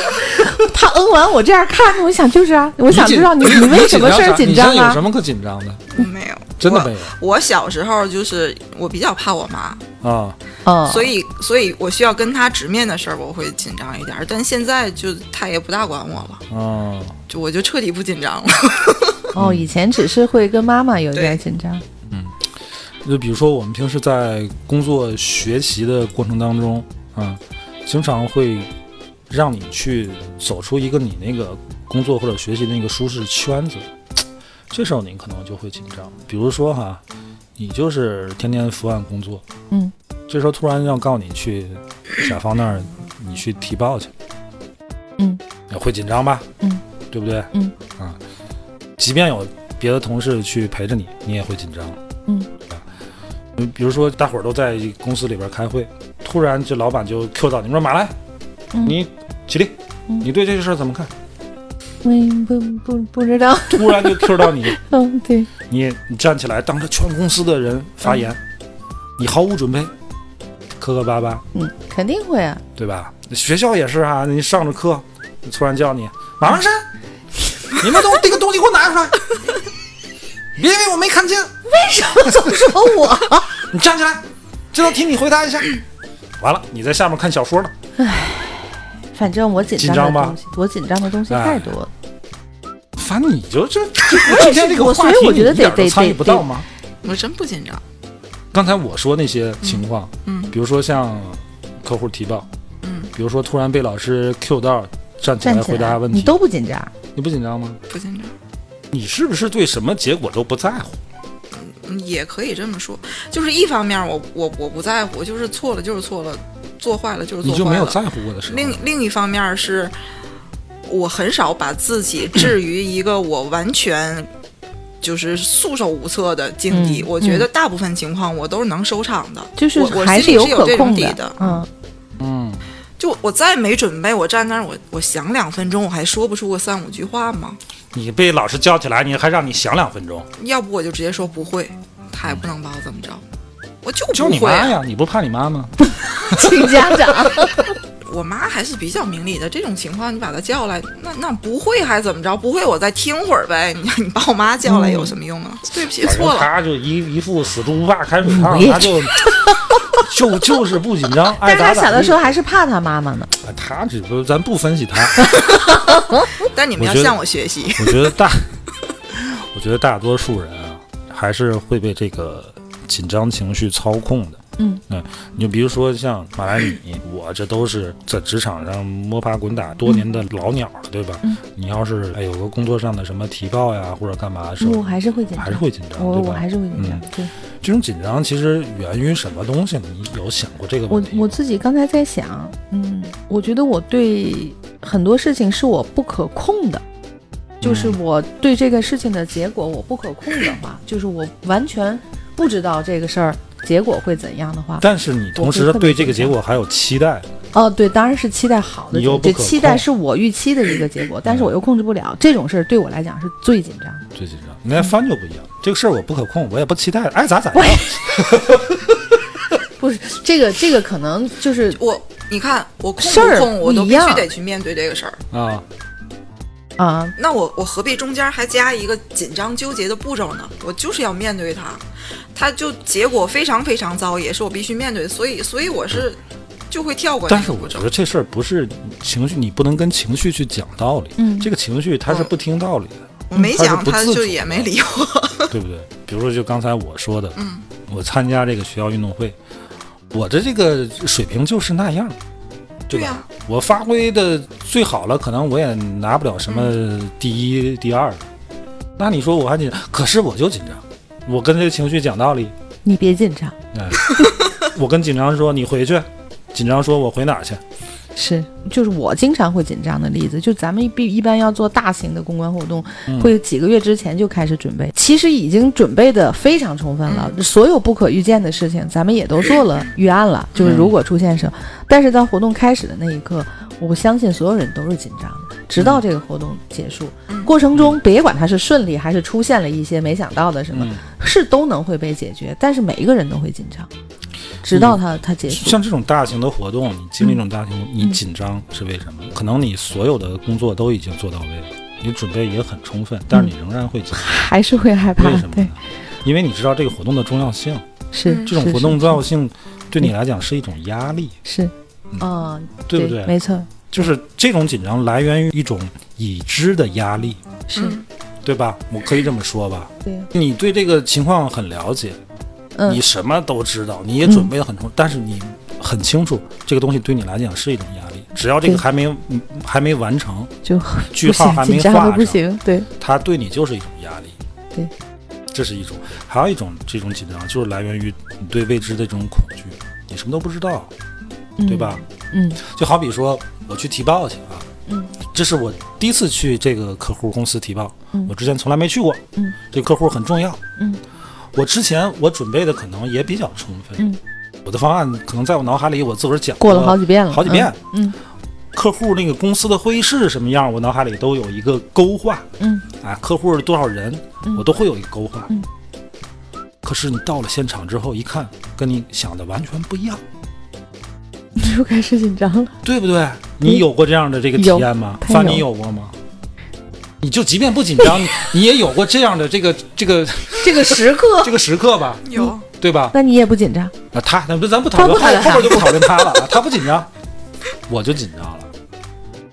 [SPEAKER 3] 他嗯完我这样看着，我想就是啊， 我
[SPEAKER 1] 我
[SPEAKER 3] 想知道你你为什么事儿紧张
[SPEAKER 1] 有
[SPEAKER 3] 啊
[SPEAKER 1] 什？么可紧张的？
[SPEAKER 4] 我没有，
[SPEAKER 1] 真的
[SPEAKER 4] 我
[SPEAKER 1] 没有
[SPEAKER 4] 我小时候就是我比较怕我妈，
[SPEAKER 1] 啊？
[SPEAKER 3] 嗯，
[SPEAKER 4] 所
[SPEAKER 3] 以
[SPEAKER 4] 以所以我需要跟她直面的事儿，我会紧张一点儿。但现在就她也不大管我了，
[SPEAKER 1] 嗯，
[SPEAKER 4] 就我就彻底不紧张了。
[SPEAKER 3] 哦，以前只是会跟妈妈有点紧张，
[SPEAKER 1] 就比如说我们平时在工作学习的过程当中啊，经常会让你去走出一个你那个工作或者学习的那个舒适圈子，这时候你可能就会紧张。比如说哈，你就是天天伏案工作，
[SPEAKER 3] 嗯，
[SPEAKER 1] 这时候突然要告你去甲方那儿，你去提报去，
[SPEAKER 3] 嗯，
[SPEAKER 1] 会紧张吧？
[SPEAKER 3] 嗯，
[SPEAKER 1] 对不对？
[SPEAKER 3] 嗯，
[SPEAKER 1] 啊，即便有别的同事去陪着你，你也会紧张。
[SPEAKER 3] 嗯
[SPEAKER 1] 嗯，比如说大伙儿都在公司里边开会，突然这老板就 Q 到你，说马来，
[SPEAKER 3] 嗯
[SPEAKER 1] 你起立，
[SPEAKER 3] 嗯
[SPEAKER 1] 你对这个事儿怎么看？
[SPEAKER 3] 嗯，不不不知道，
[SPEAKER 1] 突然就 Q 到你，
[SPEAKER 3] 嗯，对，
[SPEAKER 1] 你你站起来当着全公司的人发言，你毫无准备，磕磕巴巴，
[SPEAKER 3] 嗯，肯定会啊，
[SPEAKER 1] 对吧？学校也是啊，你上着课，突然叫你马 上山，你们都这个东西给我拿出来，别以为我没看见，
[SPEAKER 3] 为什么总说我？
[SPEAKER 1] 你站起来，这道题你回答一下。完了，你在下面看小说呢。
[SPEAKER 3] 反正我紧
[SPEAKER 1] 紧张
[SPEAKER 3] 张的
[SPEAKER 1] 吧啊
[SPEAKER 3] 东西，我紧张的东西太多了。
[SPEAKER 1] 反正你就这，今
[SPEAKER 3] 也是
[SPEAKER 1] 天这个
[SPEAKER 3] 我
[SPEAKER 1] 话
[SPEAKER 3] 所以
[SPEAKER 1] 题
[SPEAKER 3] 我
[SPEAKER 1] 你
[SPEAKER 3] 觉得
[SPEAKER 1] 一点
[SPEAKER 3] 得
[SPEAKER 1] 都
[SPEAKER 3] 得
[SPEAKER 1] 参与
[SPEAKER 3] 得
[SPEAKER 1] 不
[SPEAKER 3] 得
[SPEAKER 1] 到吗？
[SPEAKER 4] 我真不紧张，
[SPEAKER 1] 刚才我说那些情况，
[SPEAKER 4] 嗯嗯
[SPEAKER 1] 比如说向客户提报，
[SPEAKER 4] 嗯，
[SPEAKER 1] 比如说突然被老师 Q 到站起来
[SPEAKER 3] 站起
[SPEAKER 1] 回答
[SPEAKER 3] 来，
[SPEAKER 1] 问题，
[SPEAKER 3] 你都不紧张，
[SPEAKER 1] 你不紧张吗？
[SPEAKER 4] 不紧张。
[SPEAKER 1] 你是不是对什么结果都不在乎？
[SPEAKER 4] 嗯也可以这么说，就是一方面我我我不在乎，就是错了就是错了，做坏了就是做
[SPEAKER 1] 你
[SPEAKER 4] 坏了，
[SPEAKER 1] 就没有在乎过的时候。
[SPEAKER 4] 另另一方面是，我很少把自己 置于一个我完全就是束手无策的境地。
[SPEAKER 3] 嗯
[SPEAKER 4] 我觉得大部分情况我都是能收场的，
[SPEAKER 3] 就是
[SPEAKER 4] 我我
[SPEAKER 3] 还
[SPEAKER 4] 心里
[SPEAKER 3] 有
[SPEAKER 4] 有
[SPEAKER 3] 可
[SPEAKER 4] 这种
[SPEAKER 3] 控
[SPEAKER 4] 底
[SPEAKER 3] 嗯，
[SPEAKER 1] 嗯，
[SPEAKER 4] 就我再没准备，我站那儿我我想两分钟，我还说不出个三五句话吗？
[SPEAKER 1] 你被老师叫起来，你还让你想两分 钟，
[SPEAKER 4] 要不我就直接说不会，他也不能把我怎么着，我就
[SPEAKER 1] 就是
[SPEAKER 4] 不
[SPEAKER 1] 你
[SPEAKER 4] 会啊、
[SPEAKER 1] 妈呀，你不怕你妈吗？
[SPEAKER 3] 请家 长。
[SPEAKER 4] 我妈还是比较明理的，这种情况你把她叫来，那那不会还怎么着？不会我再听会儿呗。你 你把我妈叫来有什么用啊？
[SPEAKER 1] 嗯
[SPEAKER 4] 对不起，错了。
[SPEAKER 1] 他就一一副死猪不怕开水
[SPEAKER 3] 我
[SPEAKER 1] 烫，
[SPEAKER 3] 也
[SPEAKER 1] 他就就就是不紧张，
[SPEAKER 3] 但
[SPEAKER 1] 爱
[SPEAKER 3] 是
[SPEAKER 1] 哎咋
[SPEAKER 3] 他
[SPEAKER 1] 咋
[SPEAKER 3] 小的
[SPEAKER 1] 地
[SPEAKER 3] 时候还是怕他妈妈呢。
[SPEAKER 1] 啊他只不过咱不分析他，
[SPEAKER 4] 但你们
[SPEAKER 1] 我
[SPEAKER 4] 要
[SPEAKER 1] 觉得
[SPEAKER 4] 向我学习。
[SPEAKER 1] 我觉得大，我觉得大多数人啊，还是会被这个紧张情绪操控的。
[SPEAKER 3] 嗯
[SPEAKER 1] 你就比如说像马来米，我这都是在职场上摸爬滚打多年的
[SPEAKER 3] 嗯
[SPEAKER 1] 老鸟了，对吧？你要是哎有个工作上的什么提报呀，或者干嘛的时
[SPEAKER 3] 我
[SPEAKER 1] 候，
[SPEAKER 3] 哦还是会紧张，哦
[SPEAKER 1] 还是会紧张，
[SPEAKER 3] 我
[SPEAKER 1] 对
[SPEAKER 3] 我
[SPEAKER 1] 吧？
[SPEAKER 3] 还是会紧张
[SPEAKER 1] 嗯。
[SPEAKER 3] 对，
[SPEAKER 1] 这种紧张其实源于什么东西呢？你有想过这个
[SPEAKER 3] 我
[SPEAKER 1] 问题吗？
[SPEAKER 3] 我自己刚才在想，嗯，我觉得我对很多事情是我不可控的，就是
[SPEAKER 1] 嗯
[SPEAKER 3] 我对这个事情的结果我不可控的话，就是我完全不知道这个事儿结果会怎样的话，
[SPEAKER 1] 但是你同时对这个结果还有期待，
[SPEAKER 3] 哦，对，当然是期待好的
[SPEAKER 1] 你
[SPEAKER 3] 结
[SPEAKER 1] 又
[SPEAKER 3] 果，
[SPEAKER 1] 不
[SPEAKER 3] 这
[SPEAKER 1] 可
[SPEAKER 3] 期待
[SPEAKER 1] 控嗯
[SPEAKER 3] 是我预期的一个结果，但是我又控制不了，这种事儿对我来讲是最紧张的。
[SPEAKER 1] 最紧张。
[SPEAKER 3] 嗯
[SPEAKER 1] 你看翻就不一样，这个事儿我不可控，我也不期待，爱咋咋样。
[SPEAKER 3] 不是这个，这个可能就是
[SPEAKER 4] 我你看我控
[SPEAKER 3] 事儿
[SPEAKER 4] 不控，我都
[SPEAKER 3] 一
[SPEAKER 4] 必
[SPEAKER 3] 样
[SPEAKER 4] 须得去面对这个事儿。
[SPEAKER 1] 啊，
[SPEAKER 3] 啊，
[SPEAKER 4] 那我我何必中间还加一个紧张纠结的步骤呢？我就是要面对它，它就结果非常非常糟，也是我必须面对的。所以所以我是就会跳过
[SPEAKER 1] 嗯
[SPEAKER 4] 那
[SPEAKER 1] 但是
[SPEAKER 4] 个
[SPEAKER 1] 我
[SPEAKER 4] 步骤
[SPEAKER 1] 觉。得这事儿不是情绪，你不能跟情绪去讲道理。
[SPEAKER 3] 嗯
[SPEAKER 1] 这个情绪它是不听道理的，
[SPEAKER 4] 我没
[SPEAKER 1] 它是
[SPEAKER 4] 讲，
[SPEAKER 1] 不
[SPEAKER 4] 他
[SPEAKER 1] 自主
[SPEAKER 4] 就
[SPEAKER 1] 的
[SPEAKER 4] 也没理我。
[SPEAKER 1] 对不对？比如说，就刚才我说的，
[SPEAKER 4] 嗯
[SPEAKER 1] 我参加这个学校运动会，我的这个水平就是那样，对
[SPEAKER 4] 对
[SPEAKER 1] 吧？
[SPEAKER 4] 呀
[SPEAKER 1] 我发挥的最好了，可能我也拿不了什么
[SPEAKER 4] 嗯
[SPEAKER 1] 第一、第二的。那你说我还紧张，可是我就紧张，我跟这个情绪讲道理，
[SPEAKER 3] 你别紧张，
[SPEAKER 1] 哎，我跟紧张说你回去，紧张说我回哪儿去，
[SPEAKER 3] 是，就是我经常会紧张的例子，就咱们必一般要做大型的公关活动，
[SPEAKER 1] 嗯
[SPEAKER 3] 会几个月之前就开始准备，其实已经准备的非常充分了，所有不可预见的事情咱们也都做了预案了，
[SPEAKER 1] 嗯
[SPEAKER 3] 就是如果出现什么，但是到活动开始的那一刻，我相信所有人都是紧张的，直
[SPEAKER 1] 嗯
[SPEAKER 3] 到这个活动结束，过程中别管它是顺利还是出现了一些没想到的什么，
[SPEAKER 1] 嗯
[SPEAKER 3] 是都能会被解决，但是每一个人都会紧张，直到它它结束。
[SPEAKER 1] 嗯
[SPEAKER 3] 嗯
[SPEAKER 1] 像这种大型的活动，你经历这种大型，你紧张是为什么？可能你所有的工作都已经做到位了，你准备也很充分，但是你仍然会紧
[SPEAKER 3] 还是会害怕
[SPEAKER 1] 张，为什，么
[SPEAKER 3] 嗯啊对
[SPEAKER 1] 呢，？因为你知道这个活动的重要性，
[SPEAKER 3] 是
[SPEAKER 4] 嗯
[SPEAKER 1] 这种
[SPEAKER 3] 是
[SPEAKER 1] 活
[SPEAKER 3] 是
[SPEAKER 1] 动重要性对你来讲是一种压力，
[SPEAKER 3] 是，嗯、
[SPEAKER 1] 对不对？
[SPEAKER 3] 没错，
[SPEAKER 1] 就是这种紧张来源于一种已知的压力，
[SPEAKER 3] 是，
[SPEAKER 4] 嗯
[SPEAKER 1] 对吧？我可以这么说吧，
[SPEAKER 3] 对，
[SPEAKER 1] 你对这个情况很了解，
[SPEAKER 3] 嗯
[SPEAKER 1] 你什么都知道，你也准备的很充，但是你很清楚这个东西对你来讲是一种压力。只要这个
[SPEAKER 3] 对
[SPEAKER 1] 还没嗯还没完成，
[SPEAKER 3] 就
[SPEAKER 1] 句号还
[SPEAKER 3] 不行，
[SPEAKER 1] 没
[SPEAKER 3] 紧张的
[SPEAKER 1] 画
[SPEAKER 3] 不
[SPEAKER 1] 上，
[SPEAKER 3] 行，对，
[SPEAKER 1] 它对你就是一种压力。
[SPEAKER 3] 对，
[SPEAKER 1] 这是一种，还有一种这种紧张就是来源于你对未知的这种恐惧，你什么都不知道，对吧？
[SPEAKER 3] 嗯？
[SPEAKER 1] 就好比说我去提报去啊，
[SPEAKER 3] 嗯，
[SPEAKER 1] 这是我第一次去这个客户公司提报，
[SPEAKER 3] 嗯
[SPEAKER 1] 我之前从来没去过，
[SPEAKER 3] 嗯，
[SPEAKER 1] 这个客户很重要，
[SPEAKER 3] 嗯，
[SPEAKER 1] 我之前我准备的可能也比较充分，
[SPEAKER 3] 嗯，
[SPEAKER 1] 我的方案可能在我脑海里我自个儿讲
[SPEAKER 3] 过了好几遍了，
[SPEAKER 1] 好几 遍，
[SPEAKER 3] 嗯
[SPEAKER 1] 客户那个公司的会议室是什么样，我脑海里都有一个勾画，
[SPEAKER 3] 嗯
[SPEAKER 1] 啊，客户是多少人，
[SPEAKER 3] 嗯
[SPEAKER 1] 我都会有一个勾画，
[SPEAKER 3] 嗯
[SPEAKER 1] 可是你到了现场之后一看，跟你想的完全不一样，
[SPEAKER 3] 嗯，又开始紧张了，
[SPEAKER 1] 对不对？你有过这样的这个体验吗？
[SPEAKER 3] 有
[SPEAKER 1] 范，你有过吗？你就即便不紧 张，你你也有过这样的这个这个
[SPEAKER 3] 这个时刻，
[SPEAKER 1] 这个时刻吧，
[SPEAKER 4] 嗯有
[SPEAKER 1] 对吧？
[SPEAKER 3] 那你也不紧张，
[SPEAKER 1] 啊，他那不咱不讨论，
[SPEAKER 3] 他不讨论
[SPEAKER 1] 后
[SPEAKER 3] 他
[SPEAKER 1] 后边就不讨论他了，啊他不紧张，我就紧张了，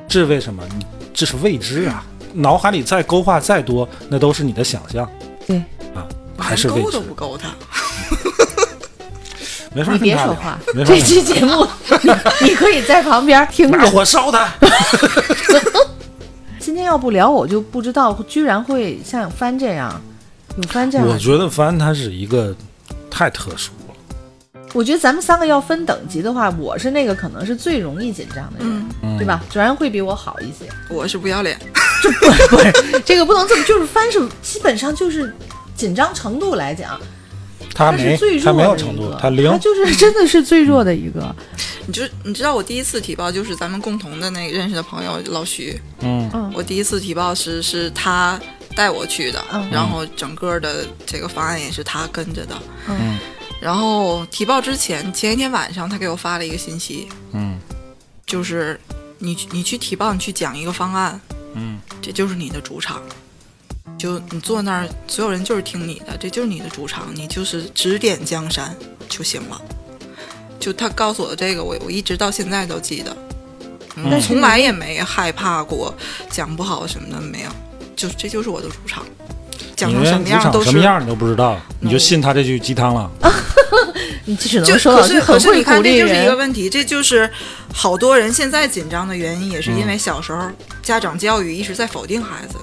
[SPEAKER 1] 这是为什么？你这是未知啊，脑海里再勾画再多，那都是你的想象
[SPEAKER 3] 对，
[SPEAKER 1] 啊，还是
[SPEAKER 4] 连
[SPEAKER 1] 未
[SPEAKER 4] 勾
[SPEAKER 1] 知
[SPEAKER 4] 都，不勾他。
[SPEAKER 1] 没法
[SPEAKER 3] 你
[SPEAKER 1] 跟
[SPEAKER 3] 别
[SPEAKER 1] 他
[SPEAKER 3] 说
[SPEAKER 1] 聊
[SPEAKER 3] 话，
[SPEAKER 1] 没法
[SPEAKER 3] 这
[SPEAKER 1] 跟他
[SPEAKER 3] 期节目你可以在旁边听
[SPEAKER 1] 拿
[SPEAKER 3] 着。
[SPEAKER 1] 火烧他，
[SPEAKER 3] 今天要不聊，我就不知道，居然会像翻这样，有翻这样
[SPEAKER 1] 我，觉得凡他是一个太特殊了，
[SPEAKER 3] 我觉得咱们三个要分等级的话，我是那个可能是最容易紧张的
[SPEAKER 1] 嗯
[SPEAKER 3] 人，对吧？卓然会比我好一些，
[SPEAKER 4] 我是不要脸，
[SPEAKER 3] 就不不是这个不能这么，就是翻手基本上就是紧张程度来讲，
[SPEAKER 1] 他
[SPEAKER 3] 他是
[SPEAKER 1] 没
[SPEAKER 3] 最弱
[SPEAKER 1] 他没有
[SPEAKER 3] 的
[SPEAKER 1] 程
[SPEAKER 3] 一
[SPEAKER 1] 度
[SPEAKER 3] 个，
[SPEAKER 1] 他零
[SPEAKER 3] 他。就是 真的是最弱的一个。
[SPEAKER 4] 你就你知道我第一次提报就是咱们共同的那个认识的朋友老徐，
[SPEAKER 1] 嗯
[SPEAKER 4] 我第一次提报是是他带我去的，
[SPEAKER 3] 嗯
[SPEAKER 4] 然后整个的这个方案也是他跟着的。
[SPEAKER 1] 嗯
[SPEAKER 4] 然后提报之前前一天晚上，他给我发了一个信息，
[SPEAKER 1] 嗯
[SPEAKER 4] 就是你去你去提报，你去讲一个方案，
[SPEAKER 1] 嗯
[SPEAKER 4] 这就是你的主场。就你坐那儿，所有人就是听你的，这就是你的主场，你就是指点江山就行了。就他告诉我的这个，我我一直到现在都记得，嗯
[SPEAKER 1] 但是
[SPEAKER 4] 从来也没害怕过讲不好什么的，没有。就这就是我的主场，讲
[SPEAKER 1] 你
[SPEAKER 4] 成
[SPEAKER 1] 连
[SPEAKER 4] 什么
[SPEAKER 1] 主
[SPEAKER 4] 样
[SPEAKER 1] 场
[SPEAKER 4] 都
[SPEAKER 1] 什
[SPEAKER 4] 是
[SPEAKER 1] 么样你都不知道，你就
[SPEAKER 4] 嗯
[SPEAKER 1] 信他这句鸡汤了。
[SPEAKER 3] 你只能
[SPEAKER 4] 就
[SPEAKER 3] 说
[SPEAKER 4] 可
[SPEAKER 3] 老
[SPEAKER 4] 是
[SPEAKER 3] 师
[SPEAKER 4] 可
[SPEAKER 3] 很
[SPEAKER 4] 是
[SPEAKER 3] 会
[SPEAKER 4] 你
[SPEAKER 3] 鼓
[SPEAKER 4] 看，
[SPEAKER 3] 励
[SPEAKER 4] 这就是一个
[SPEAKER 3] 人，
[SPEAKER 4] 问题，这就是好多人现在紧张的原因，也是因为小时候家长教育一直在否定孩子，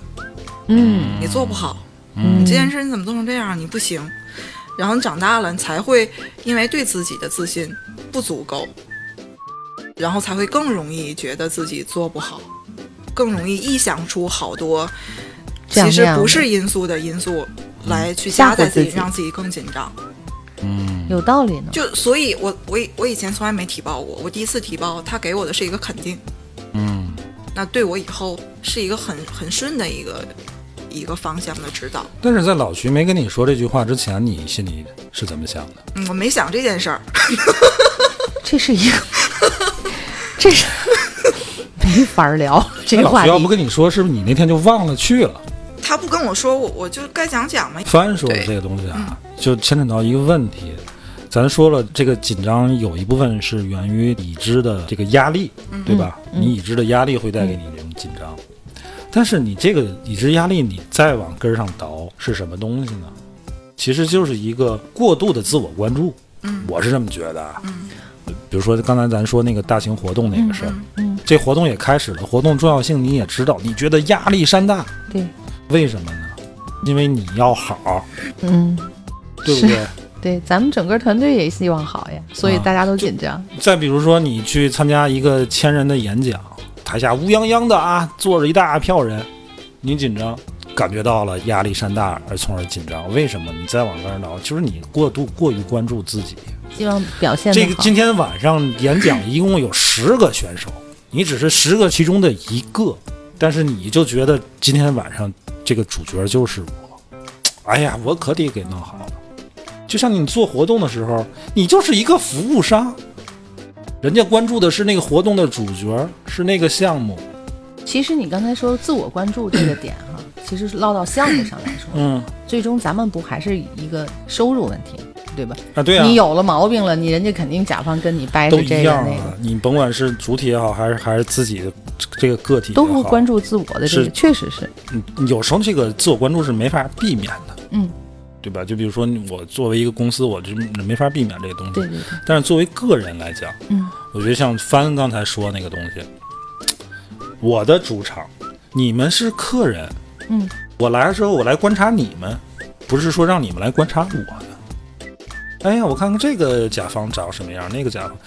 [SPEAKER 3] 嗯，
[SPEAKER 4] 你做不好，
[SPEAKER 3] 嗯
[SPEAKER 4] 你这件事你怎么做成这样，你不行。然后你长大了，你才会因为对自己的自信不足够，然后才会更容易觉得自己做不好，更容易臆想出好多
[SPEAKER 3] 这样
[SPEAKER 4] 其实
[SPEAKER 3] 那样
[SPEAKER 4] 不
[SPEAKER 3] 的
[SPEAKER 4] 是因素的因素来去
[SPEAKER 3] 吓
[SPEAKER 4] 加在
[SPEAKER 3] 唬
[SPEAKER 4] 自己，
[SPEAKER 3] 自己
[SPEAKER 4] 让自己更紧张。
[SPEAKER 1] 嗯
[SPEAKER 3] 有道理呢。
[SPEAKER 4] 就所以我，我以我以前从来没提报过，我第一次提报，他给我的是一个肯定，
[SPEAKER 1] 嗯
[SPEAKER 4] 那对我以后是一个很很顺的一个一个方向的指导。
[SPEAKER 1] 但是在老徐没跟你说这句话之前，你心里是怎么想的？
[SPEAKER 4] 嗯，我没想这件事儿，
[SPEAKER 3] 这是 一个，这是 没法儿聊这
[SPEAKER 1] 那
[SPEAKER 3] 个
[SPEAKER 1] 哎老
[SPEAKER 3] 话
[SPEAKER 1] 徐要不
[SPEAKER 3] 题。
[SPEAKER 1] 跟你说，是不是你那天就忘了去了？
[SPEAKER 4] 他不跟我说，我我就该讲讲嘛。
[SPEAKER 1] 翻说的
[SPEAKER 4] 对
[SPEAKER 1] 这个东西啊，就牵扯到一个问题。咱说了，这个紧张有一部分是源于已知的这个压力，对吧？你已知的压力会带给你这种紧张，但是你这个已知压力，你再往根儿上倒是什么东西呢？其实就是一个过度的自我关注，我是这么觉得啊。比如说刚才咱说那个大型活动那个事儿，这活动也开始了，活动重要性你也知道，你觉得压力山大，
[SPEAKER 3] 对，
[SPEAKER 1] 为什么呢？因为你要好，
[SPEAKER 3] 嗯，
[SPEAKER 1] 对不对？
[SPEAKER 3] 对，咱们整个团队也希望好呀，所以
[SPEAKER 1] 啊
[SPEAKER 3] 大家都紧张。
[SPEAKER 1] 再比如说，你去参加一个千人的演讲，台下乌泱泱的啊，坐着一大票人，你紧张，感觉到了压力山大，而从而紧张。为什么？你再往那儿倒，就是你过度过于关注自己。
[SPEAKER 3] 希望表现
[SPEAKER 1] 这
[SPEAKER 3] 得
[SPEAKER 1] 个
[SPEAKER 3] 好。
[SPEAKER 1] 今天晚上演讲 一共有十个选手，你只是十个其中的一个，但是你就觉得今天晚上这个主角就是我，哎呀，我可得给弄好了。就像你做活动的时候，你就是一个服务商，人家关注的是那个活动的主角，是那个项目，
[SPEAKER 3] 其实你刚才说自我关注这个点哈，其实落到项目上来说，
[SPEAKER 1] 嗯
[SPEAKER 3] 最终咱们不还是一个收入问题，对吧？
[SPEAKER 1] 啊，对啊，
[SPEAKER 3] 你有了毛病了，你人家肯定甲方跟你掰
[SPEAKER 1] 都
[SPEAKER 3] 扯
[SPEAKER 1] 一
[SPEAKER 3] 这个
[SPEAKER 1] 样
[SPEAKER 3] 那
[SPEAKER 1] 啊
[SPEAKER 3] 个，，
[SPEAKER 1] 你甭管是主体也好，还是还是自己的这个个体也
[SPEAKER 3] 都
[SPEAKER 1] 好
[SPEAKER 3] 会关注自我的这
[SPEAKER 1] 是
[SPEAKER 3] 个，确实是，
[SPEAKER 1] 嗯有时候这个自我关注是没法避免的，
[SPEAKER 3] 嗯，
[SPEAKER 1] 对吧？就比如说你我作为一个公司，我就没法避免这个东西。
[SPEAKER 3] 对对对，
[SPEAKER 1] 但是作为个人来讲，
[SPEAKER 3] 嗯，
[SPEAKER 1] 我觉得像帆刚才说那个东西，我的主场，你们是客人，
[SPEAKER 3] 嗯，
[SPEAKER 1] 我来的时候我来观察你们，不是说让你们来观察我的。哎呀，我看看这个甲方长什么样，那个甲方，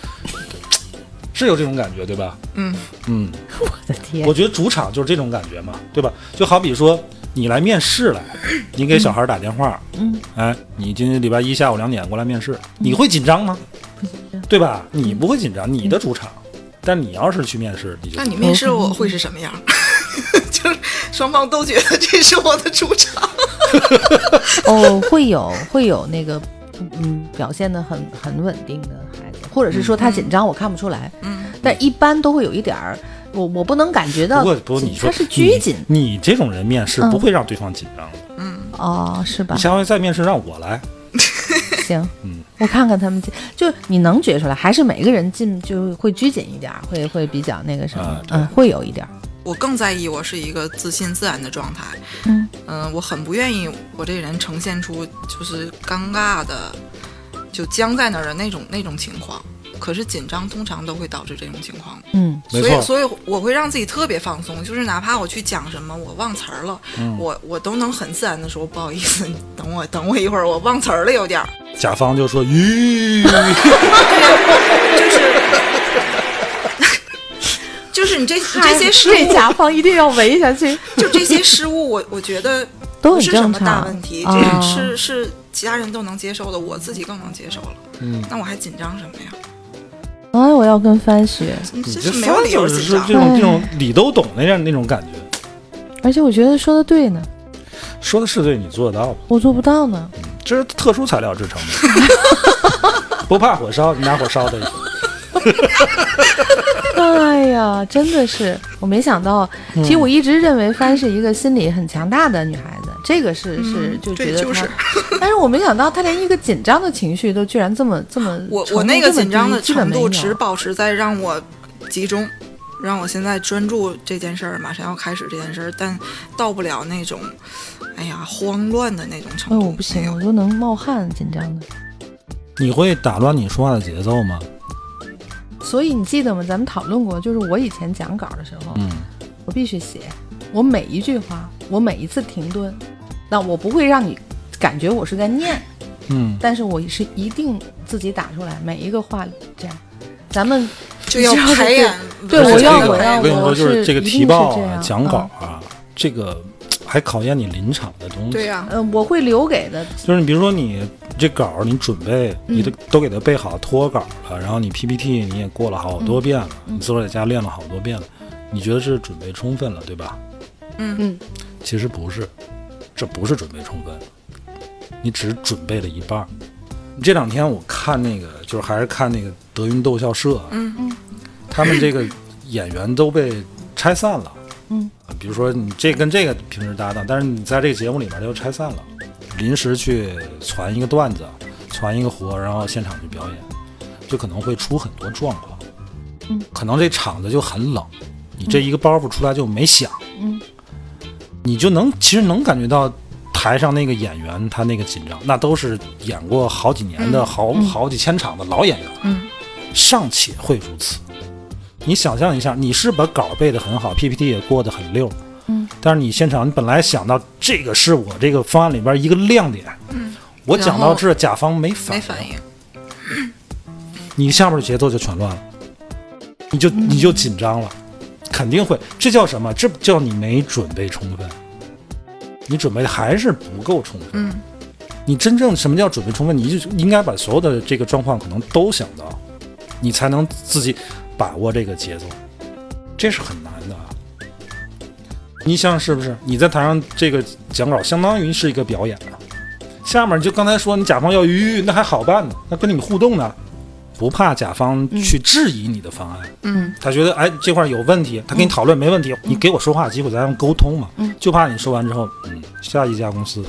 [SPEAKER 1] 是有这种感觉对吧？
[SPEAKER 4] 嗯
[SPEAKER 1] 嗯，
[SPEAKER 3] 我的天
[SPEAKER 1] 我，觉得主场就是这种感觉嘛，对吧？就好比说你来面试来，你给小孩打电话，
[SPEAKER 3] 嗯，
[SPEAKER 1] 哎，你今天礼拜一下午两点过来面
[SPEAKER 4] 嗯
[SPEAKER 1] 试，你会紧张吗？对吧？你不会紧张，你的主场。但你要是去面试，你就
[SPEAKER 4] 那你面试我会是什么样？ 就是双方都觉得这是我的主场。
[SPEAKER 3] 哦，会有会有那个，嗯，表现的很很稳定的孩子，或者是说他紧张，我看不出来，
[SPEAKER 4] 嗯，
[SPEAKER 3] 但一般都会有一点儿，我我不能感觉
[SPEAKER 1] 不
[SPEAKER 3] 到
[SPEAKER 1] 过
[SPEAKER 3] 紧，
[SPEAKER 1] 不过你说
[SPEAKER 3] 他是拘谨
[SPEAKER 1] 你，你这种人面试
[SPEAKER 3] 嗯
[SPEAKER 1] 不会让对方紧张。
[SPEAKER 4] 嗯
[SPEAKER 3] 哦，是吧
[SPEAKER 1] 你？下回再面试让我来，
[SPEAKER 3] 行，
[SPEAKER 1] 嗯
[SPEAKER 3] 我看看他们进，就你能觉出来，还是每个人进就会拘谨一点儿，会会比较那个什么，
[SPEAKER 1] 啊对
[SPEAKER 3] 嗯，会有一点儿，
[SPEAKER 4] 我更在意我是一个自信自然的状态。
[SPEAKER 3] 嗯
[SPEAKER 4] 嗯，我很不愿意我这人呈现出就是尴尬的，就僵在那儿的那种那种情况。可是紧张通常都会导致这种情况。
[SPEAKER 3] 嗯
[SPEAKER 1] 没
[SPEAKER 4] 所以，
[SPEAKER 1] 错，
[SPEAKER 4] 所以我会让自己特别放松，就是哪怕我去讲什么，我忘词儿了，
[SPEAKER 1] 嗯
[SPEAKER 4] 我我都能很自然的说不好意思， 你等我等我一会儿，我忘词儿了有点儿。
[SPEAKER 1] 甲方就说 咦，
[SPEAKER 4] 就是你这你这些失
[SPEAKER 3] 对
[SPEAKER 4] 误，
[SPEAKER 3] 甲方一定要围下去，
[SPEAKER 4] 就这些失误，我我觉得
[SPEAKER 3] 都
[SPEAKER 4] 不
[SPEAKER 3] 很
[SPEAKER 4] 是什
[SPEAKER 3] 正
[SPEAKER 4] 么大
[SPEAKER 3] 常。
[SPEAKER 4] 问题，
[SPEAKER 3] 啊
[SPEAKER 4] 这是是其他人都能接受的，我自己更能接受了。
[SPEAKER 1] 嗯，
[SPEAKER 4] 那我还紧张什么呀？
[SPEAKER 3] 哎，我要跟帆学，
[SPEAKER 4] 你
[SPEAKER 1] 你
[SPEAKER 4] 这
[SPEAKER 1] 嗯这
[SPEAKER 4] 是没有理由
[SPEAKER 1] 是
[SPEAKER 4] 紧
[SPEAKER 1] 是
[SPEAKER 4] 张
[SPEAKER 1] 这。种这种理都懂那样那种感觉，
[SPEAKER 3] 而且我觉得说的对呢，
[SPEAKER 1] 说的是对，你做得到吗？
[SPEAKER 3] 我做不到 呢。
[SPEAKER 1] 这是特殊材料制成的，不怕火烧，你拿火烧它一下。
[SPEAKER 3] 哎呀，真的是，我没想到。其实我一直认为帆是一个心理很强大的女孩子，这个是是就觉
[SPEAKER 4] 对，
[SPEAKER 3] 得
[SPEAKER 4] 嗯
[SPEAKER 3] 她，
[SPEAKER 4] 就是
[SPEAKER 3] 但是我没想到她连一个紧张的情绪都居然这么这么
[SPEAKER 4] 我
[SPEAKER 3] 程
[SPEAKER 4] 我
[SPEAKER 3] 度
[SPEAKER 4] 那个
[SPEAKER 3] 这么
[SPEAKER 4] 紧张的
[SPEAKER 3] 低基本
[SPEAKER 4] 程
[SPEAKER 3] 没
[SPEAKER 4] 度
[SPEAKER 3] 有
[SPEAKER 4] 只保持在让我集中，让我现在专注这件事儿，马上要开始这件事儿，但到不了那种，哎呀慌乱的那种
[SPEAKER 3] 哎，
[SPEAKER 4] 程度。
[SPEAKER 3] 我不
[SPEAKER 4] 没
[SPEAKER 3] 行，
[SPEAKER 4] 有
[SPEAKER 3] 我都能冒汗，紧张的。
[SPEAKER 1] 你会打乱你说话的节奏吗？
[SPEAKER 3] 所以你记得吗？咱们讨论过，就是我以前讲稿的时候，
[SPEAKER 1] 嗯，
[SPEAKER 3] 我必须写，我每一句话，我每一次停顿，那我不会让你感觉我是在念，
[SPEAKER 1] 嗯，
[SPEAKER 3] 但是我是一定自己打出来每一个话这样。咱们
[SPEAKER 4] 就要
[SPEAKER 3] 你知道
[SPEAKER 4] 排
[SPEAKER 3] 这
[SPEAKER 4] 演，
[SPEAKER 3] 对
[SPEAKER 1] 而且
[SPEAKER 3] 我要
[SPEAKER 1] 嗯这个
[SPEAKER 3] 我要
[SPEAKER 1] 跟你说，就是
[SPEAKER 3] 我
[SPEAKER 1] 这个
[SPEAKER 3] 是一
[SPEAKER 1] 提
[SPEAKER 3] 定是
[SPEAKER 1] 报
[SPEAKER 3] 这
[SPEAKER 1] 啊、
[SPEAKER 3] 样
[SPEAKER 1] 讲
[SPEAKER 3] 嗯
[SPEAKER 1] 稿啊，这个还考验你临场的东西。
[SPEAKER 4] 对呀、
[SPEAKER 3] 呃，我会留给的，
[SPEAKER 1] 就是你比如说你这稿儿你准备，
[SPEAKER 3] 嗯
[SPEAKER 1] 你都都给它背好脱稿了，然后你 PPT 你也过了好
[SPEAKER 3] 嗯
[SPEAKER 1] 多遍了，你自个儿在家练了好多遍了，你觉得是准备充分了，对吧？
[SPEAKER 4] 嗯
[SPEAKER 3] 嗯，
[SPEAKER 1] 其实不是，这不是准备充分，你只准备了一半儿。这两天我看那个，就是还是看那个德云逗笑社，啊
[SPEAKER 4] 嗯
[SPEAKER 3] 嗯，
[SPEAKER 1] 他们这个演员都被拆散了，
[SPEAKER 3] 嗯，
[SPEAKER 1] 比如说你这跟这个平时搭档，但是你在这个节目里边就拆散了，临时去传一个段子，啊传一个活，然后现场去表演，就可能会出很多状况，
[SPEAKER 3] 嗯，
[SPEAKER 1] 可能这场子就很冷，你这一个包袱出来就没响，
[SPEAKER 3] 嗯，
[SPEAKER 1] 你就能其实能感觉到。台上那个演员，他那个紧张，那都是演过好几年的、好好几千场的老演员，
[SPEAKER 4] 嗯，
[SPEAKER 1] 尚且会如此。你想象一下，你是把稿背得很好，PPT 也过得很溜，
[SPEAKER 3] 嗯，
[SPEAKER 1] 但是你现场，你本来想到这个是我这个方案里边一个亮点，
[SPEAKER 4] 嗯，
[SPEAKER 1] 我讲
[SPEAKER 4] 然
[SPEAKER 1] 到
[SPEAKER 4] 后
[SPEAKER 1] 这，甲方没反应，
[SPEAKER 4] 没反应。
[SPEAKER 1] 你下面的节奏就全乱了，你就你就紧张了，肯定会，这叫什么？这叫你没准备充分，你准备的还是不够充分。
[SPEAKER 4] 嗯，
[SPEAKER 1] 你真正什么叫准备充分？你就应该把所有的这个状况可能都想到，你才能自己把握这个节奏，这是很难的啊。你想想是不是？你在台上这个讲稿，相当于是一个表演啊。下面就刚才说你甲方要鱼，那还好办呢，那跟你互动呢，不怕甲方
[SPEAKER 3] 嗯
[SPEAKER 1] 去质疑你的方案。
[SPEAKER 4] 嗯，
[SPEAKER 1] 他觉得哎这块儿有问题，他跟你讨论没问题，你给我说话的机会，咱们沟通嘛。
[SPEAKER 3] 嗯
[SPEAKER 1] 就怕你说完之后，嗯，下一家公司